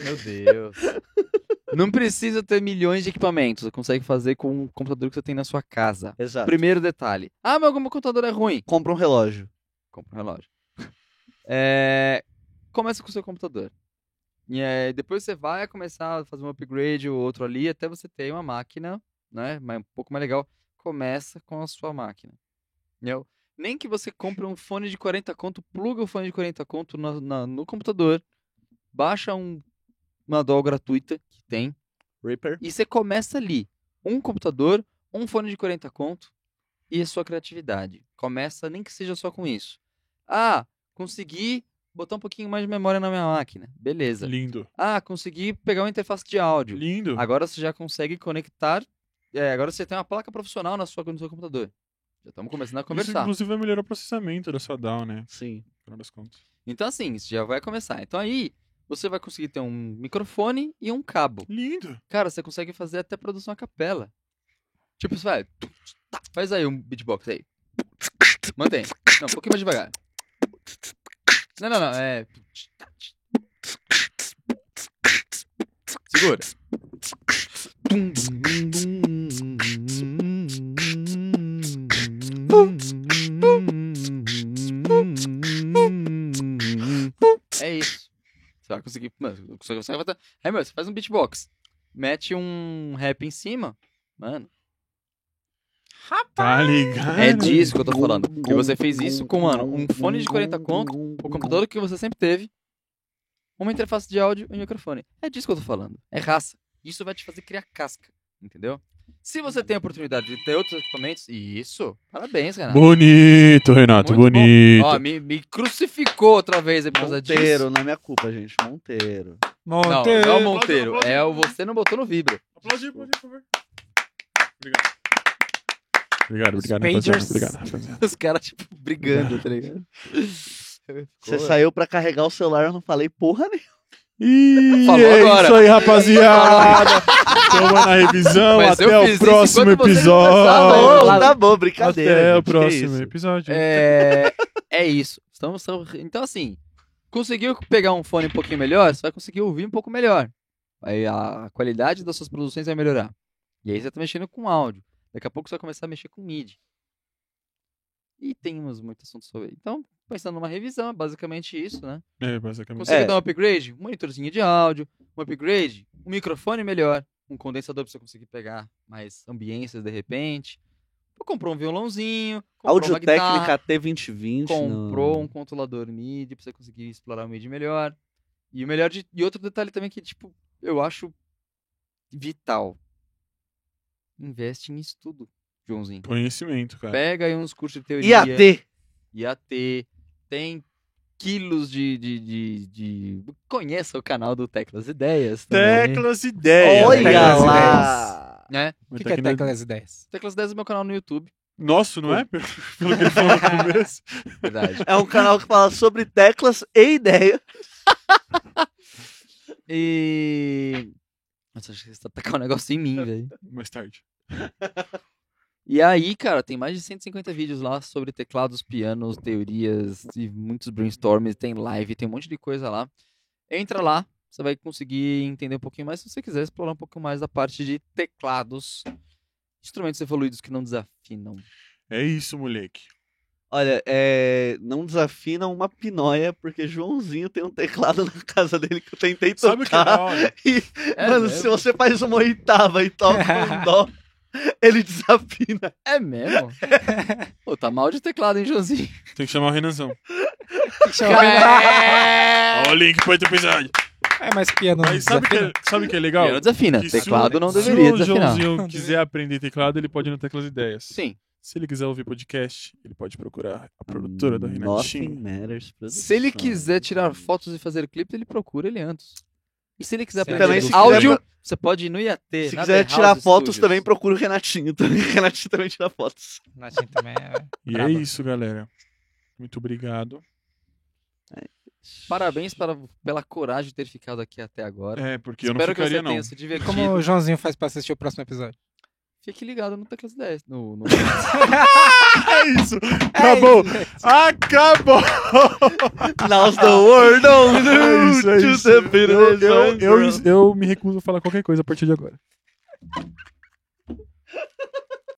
S3: Meu Deus. Não precisa ter milhões de equipamentos. Você consegue fazer com o computador que você tem na sua casa.
S1: Exato.
S3: Primeiro detalhe. Ah, mas meu computador é ruim.
S1: Compra um relógio.
S3: compra um relógio. [LAUGHS] É, começa com o seu computador. E aí, depois você vai começar a fazer um upgrade ou outro ali, até você ter uma máquina, né? mais- Um pouco mais legal. Começa com a sua máquina. Entendeu? Nem que você compre um fone de 40 conto, pluga o fone de 40 conto na- na- no computador, baixa um, uma DAW gratuita que tem,
S1: Reaper.
S3: e você começa ali. Um computador, um fone de 40 conto e a sua criatividade. Começa nem que seja só com isso. Ah, consegui botar um pouquinho mais de memória na minha máquina. Beleza.
S2: Lindo.
S3: Ah, consegui pegar uma interface de áudio.
S2: Lindo.
S3: Agora você já consegue conectar. é, agora você tem uma placa profissional na sua, no seu computador. Já estamos começando a
S2: Isso, é
S3: conversar.
S2: inclusive, vai melhorar o processamento da sua DAW, né?
S1: Sim.
S2: No final das contas.
S3: Então, assim, isso já vai começar. Então, aí, você vai conseguir ter um microfone e um cabo.
S2: Lindo.
S3: Cara, você consegue fazer até produção a capela. Tipo, você vai. tá, Faz aí um beatbox aí. Mantém. Não, um pouquinho mais devagar. Não, não, não. É. Segura. É isso. Você vai conseguir. Mano, você consegue botar- Aí, meu, você faz um beatbox mete um rap em cima, mano,
S2: Tá ligado?
S3: É disso que eu tô falando. E você fez isso com, mano, um fone de 40 conto, o computador que você sempre teve, uma interface de áudio e um microfone. É disso que eu tô falando. É raça. Isso vai te fazer criar casca, entendeu? Se você tem a oportunidade de ter outros equipamentos, isso, parabéns, Renato.
S2: Bonito, Renato,
S3: Muito bom.
S2: bonito.
S3: Ó, me, me crucificou outra vez aí por causa disso.
S1: Monteiro, não é minha culpa, gente. Monteiro.
S3: Não, não é o Monteiro,
S2: Aplaude, aplaude.
S3: é o você não botou no vibra.
S2: Aplaudir, aplaudir, por favor. Obrigado. Obrigado, obrigado,
S4: Spangers.
S2: rapaziada. Obrigado, rapaziada.
S3: Os caras, tipo, brigando, tá [LAUGHS] ligado?
S1: Você saiu pra carregar o celular, eu não falei porra nenhuma.
S2: E
S3: Falou
S2: é
S3: agora.
S2: isso aí, rapaziada. Toma na revisão.
S3: Mas eu
S2: Até
S3: fiz
S2: o
S3: isso
S2: próximo
S3: enquanto vocês não
S2: episódio.
S3: pensavam.
S1: Ô, tá bom, brincadeira.
S2: Ah, Até
S1: gente,
S2: o
S1: que
S2: próximo
S1: isso.
S2: episódio.
S3: É, é isso. Estamos, estamos- então, assim, conseguiu pegar um fone um pouquinho melhor, você vai conseguir ouvir um pouco melhor. Aí a qualidade das suas produções vai melhorar. E aí você tá mexendo com áudio. Daqui a pouco você vai começar a mexer com MIDI. E temos muito assunto sobre. Então, pensando numa revisão, é basicamente isso, né?
S2: É, basicamente.
S3: Consegue
S1: É.
S3: dar um upgrade? Um monitorzinho de áudio, um upgrade, um microfone melhor, um condensador pra você conseguir pegar mais ambiências de repente. Ou comprou um violãozinho, comprou um
S1: Áudio
S3: uma guitarra
S1: técnica T2020.
S3: tá comprou
S1: não.
S3: um controlador MIDI pra você conseguir explorar o MIDI melhor. E o melhor de... e outro detalhe também que tipo eu acho vital. Investe em estudo, Joãozinho.
S2: É, Conhecimento, cara.
S3: Pega aí uns cursos de teoria,
S1: IAT.
S3: IAT, tem quilos de, de, de, de- conheça o canal do Teclas Ideias também,
S2: Teclas e ideias.
S1: Olha
S2: Teclas e
S1: lá.
S3: né?
S4: O
S2: ideias.
S4: que, que é
S2: Tecna-
S4: teclas ideias?
S3: Teclas Ideias é meu canal no YouTube,
S2: tá Nosso, não é? Pelo [LAUGHS] pelo que ele falou no
S4: [LAUGHS]
S2: começo.
S3: verdade.
S1: É um canal que fala sobre teclas e ideia.
S3: e Nossa, acho que você tá tacando um negócio em mim, velho.
S2: Mais tarde.
S3: E aí, cara, tem mais de 150 vídeos lá sobre teclados, pianos, teorias e muitos brainstorms, tem live, tem um monte de coisa lá. Entra lá, você vai conseguir entender um pouquinho mais se você quiser explorar um pouco mais da parte de teclados, instrumentos evoluídos que não desafinam.
S2: É isso, moleque.
S1: Olha, é, não desafina uma pinóia, porque Joãozinho tem um teclado na casa dele que eu tentei tocar.
S2: Sabe o que é da hora?
S3: É
S1: Mano,
S3: mesmo?
S1: se você faz uma oitava e toca
S3: [LAUGHS]
S1: um dó, ele desafina.
S2: [LAUGHS]
S3: É mesmo? Pô, tá mal de teclado, hein, Joãozinho?
S2: Tem que chamar o Renanzão.
S4: Tem que
S3: [LAUGHS]
S4: chamar-
S3: É,
S2: Olha o link pro outro episódio.
S4: É, mas piano não
S2: Mas sabe o que,
S4: desafina?
S2: é- sabe o que é legal?
S3: Piano desafina,
S2: Que se o-
S3: né? teclado não
S2: se
S3: deveria
S2: o
S3: desafinar.
S2: Joãozinho quiser aprender teclado, ele pode ir no Teclas Ideias.
S3: Sim.
S2: Se ele quiser ouvir podcast, ele pode procurar a produtora do
S1: Nothing
S2: Renatinho.
S1: matters.
S3: Se ele quiser tirar fotos e fazer clipe, ele procura ele antes. E se ele quiser
S4: Certo.
S3: aprender
S4: Também, se
S3: áudio,
S1: quiser-
S3: você pode ir no IAT.
S1: Se
S3: na
S1: quiser
S3: The
S1: tirar
S3: House
S1: fotos,
S3: Studios.
S1: também procura o Renatinho. também. [LAUGHS] O Renatinho também tira fotos.
S4: Natinho também é...
S2: E é
S4: Braba.
S2: isso, galera. Muito obrigado.
S3: Parabéns para, pela coragem de ter ficado aqui até agora.
S2: É, porque eu
S3: Espero
S2: não
S3: que você
S2: ficaria, não.
S3: tenha se divertido.
S4: Como o Joãozinho faz pra assistir o próximo episódio?
S3: Fique ligado no Teclas 10. No, no...
S2: É isso! Acabou!
S4: É
S2: Acabou!
S1: Now's the word on
S2: [LAUGHS] É isso, é
S1: to
S2: isso.
S1: the
S2: Eu, eu,
S1: Beatles.
S2: eu, eu me recuso a falar qualquer coisa a partir de agora.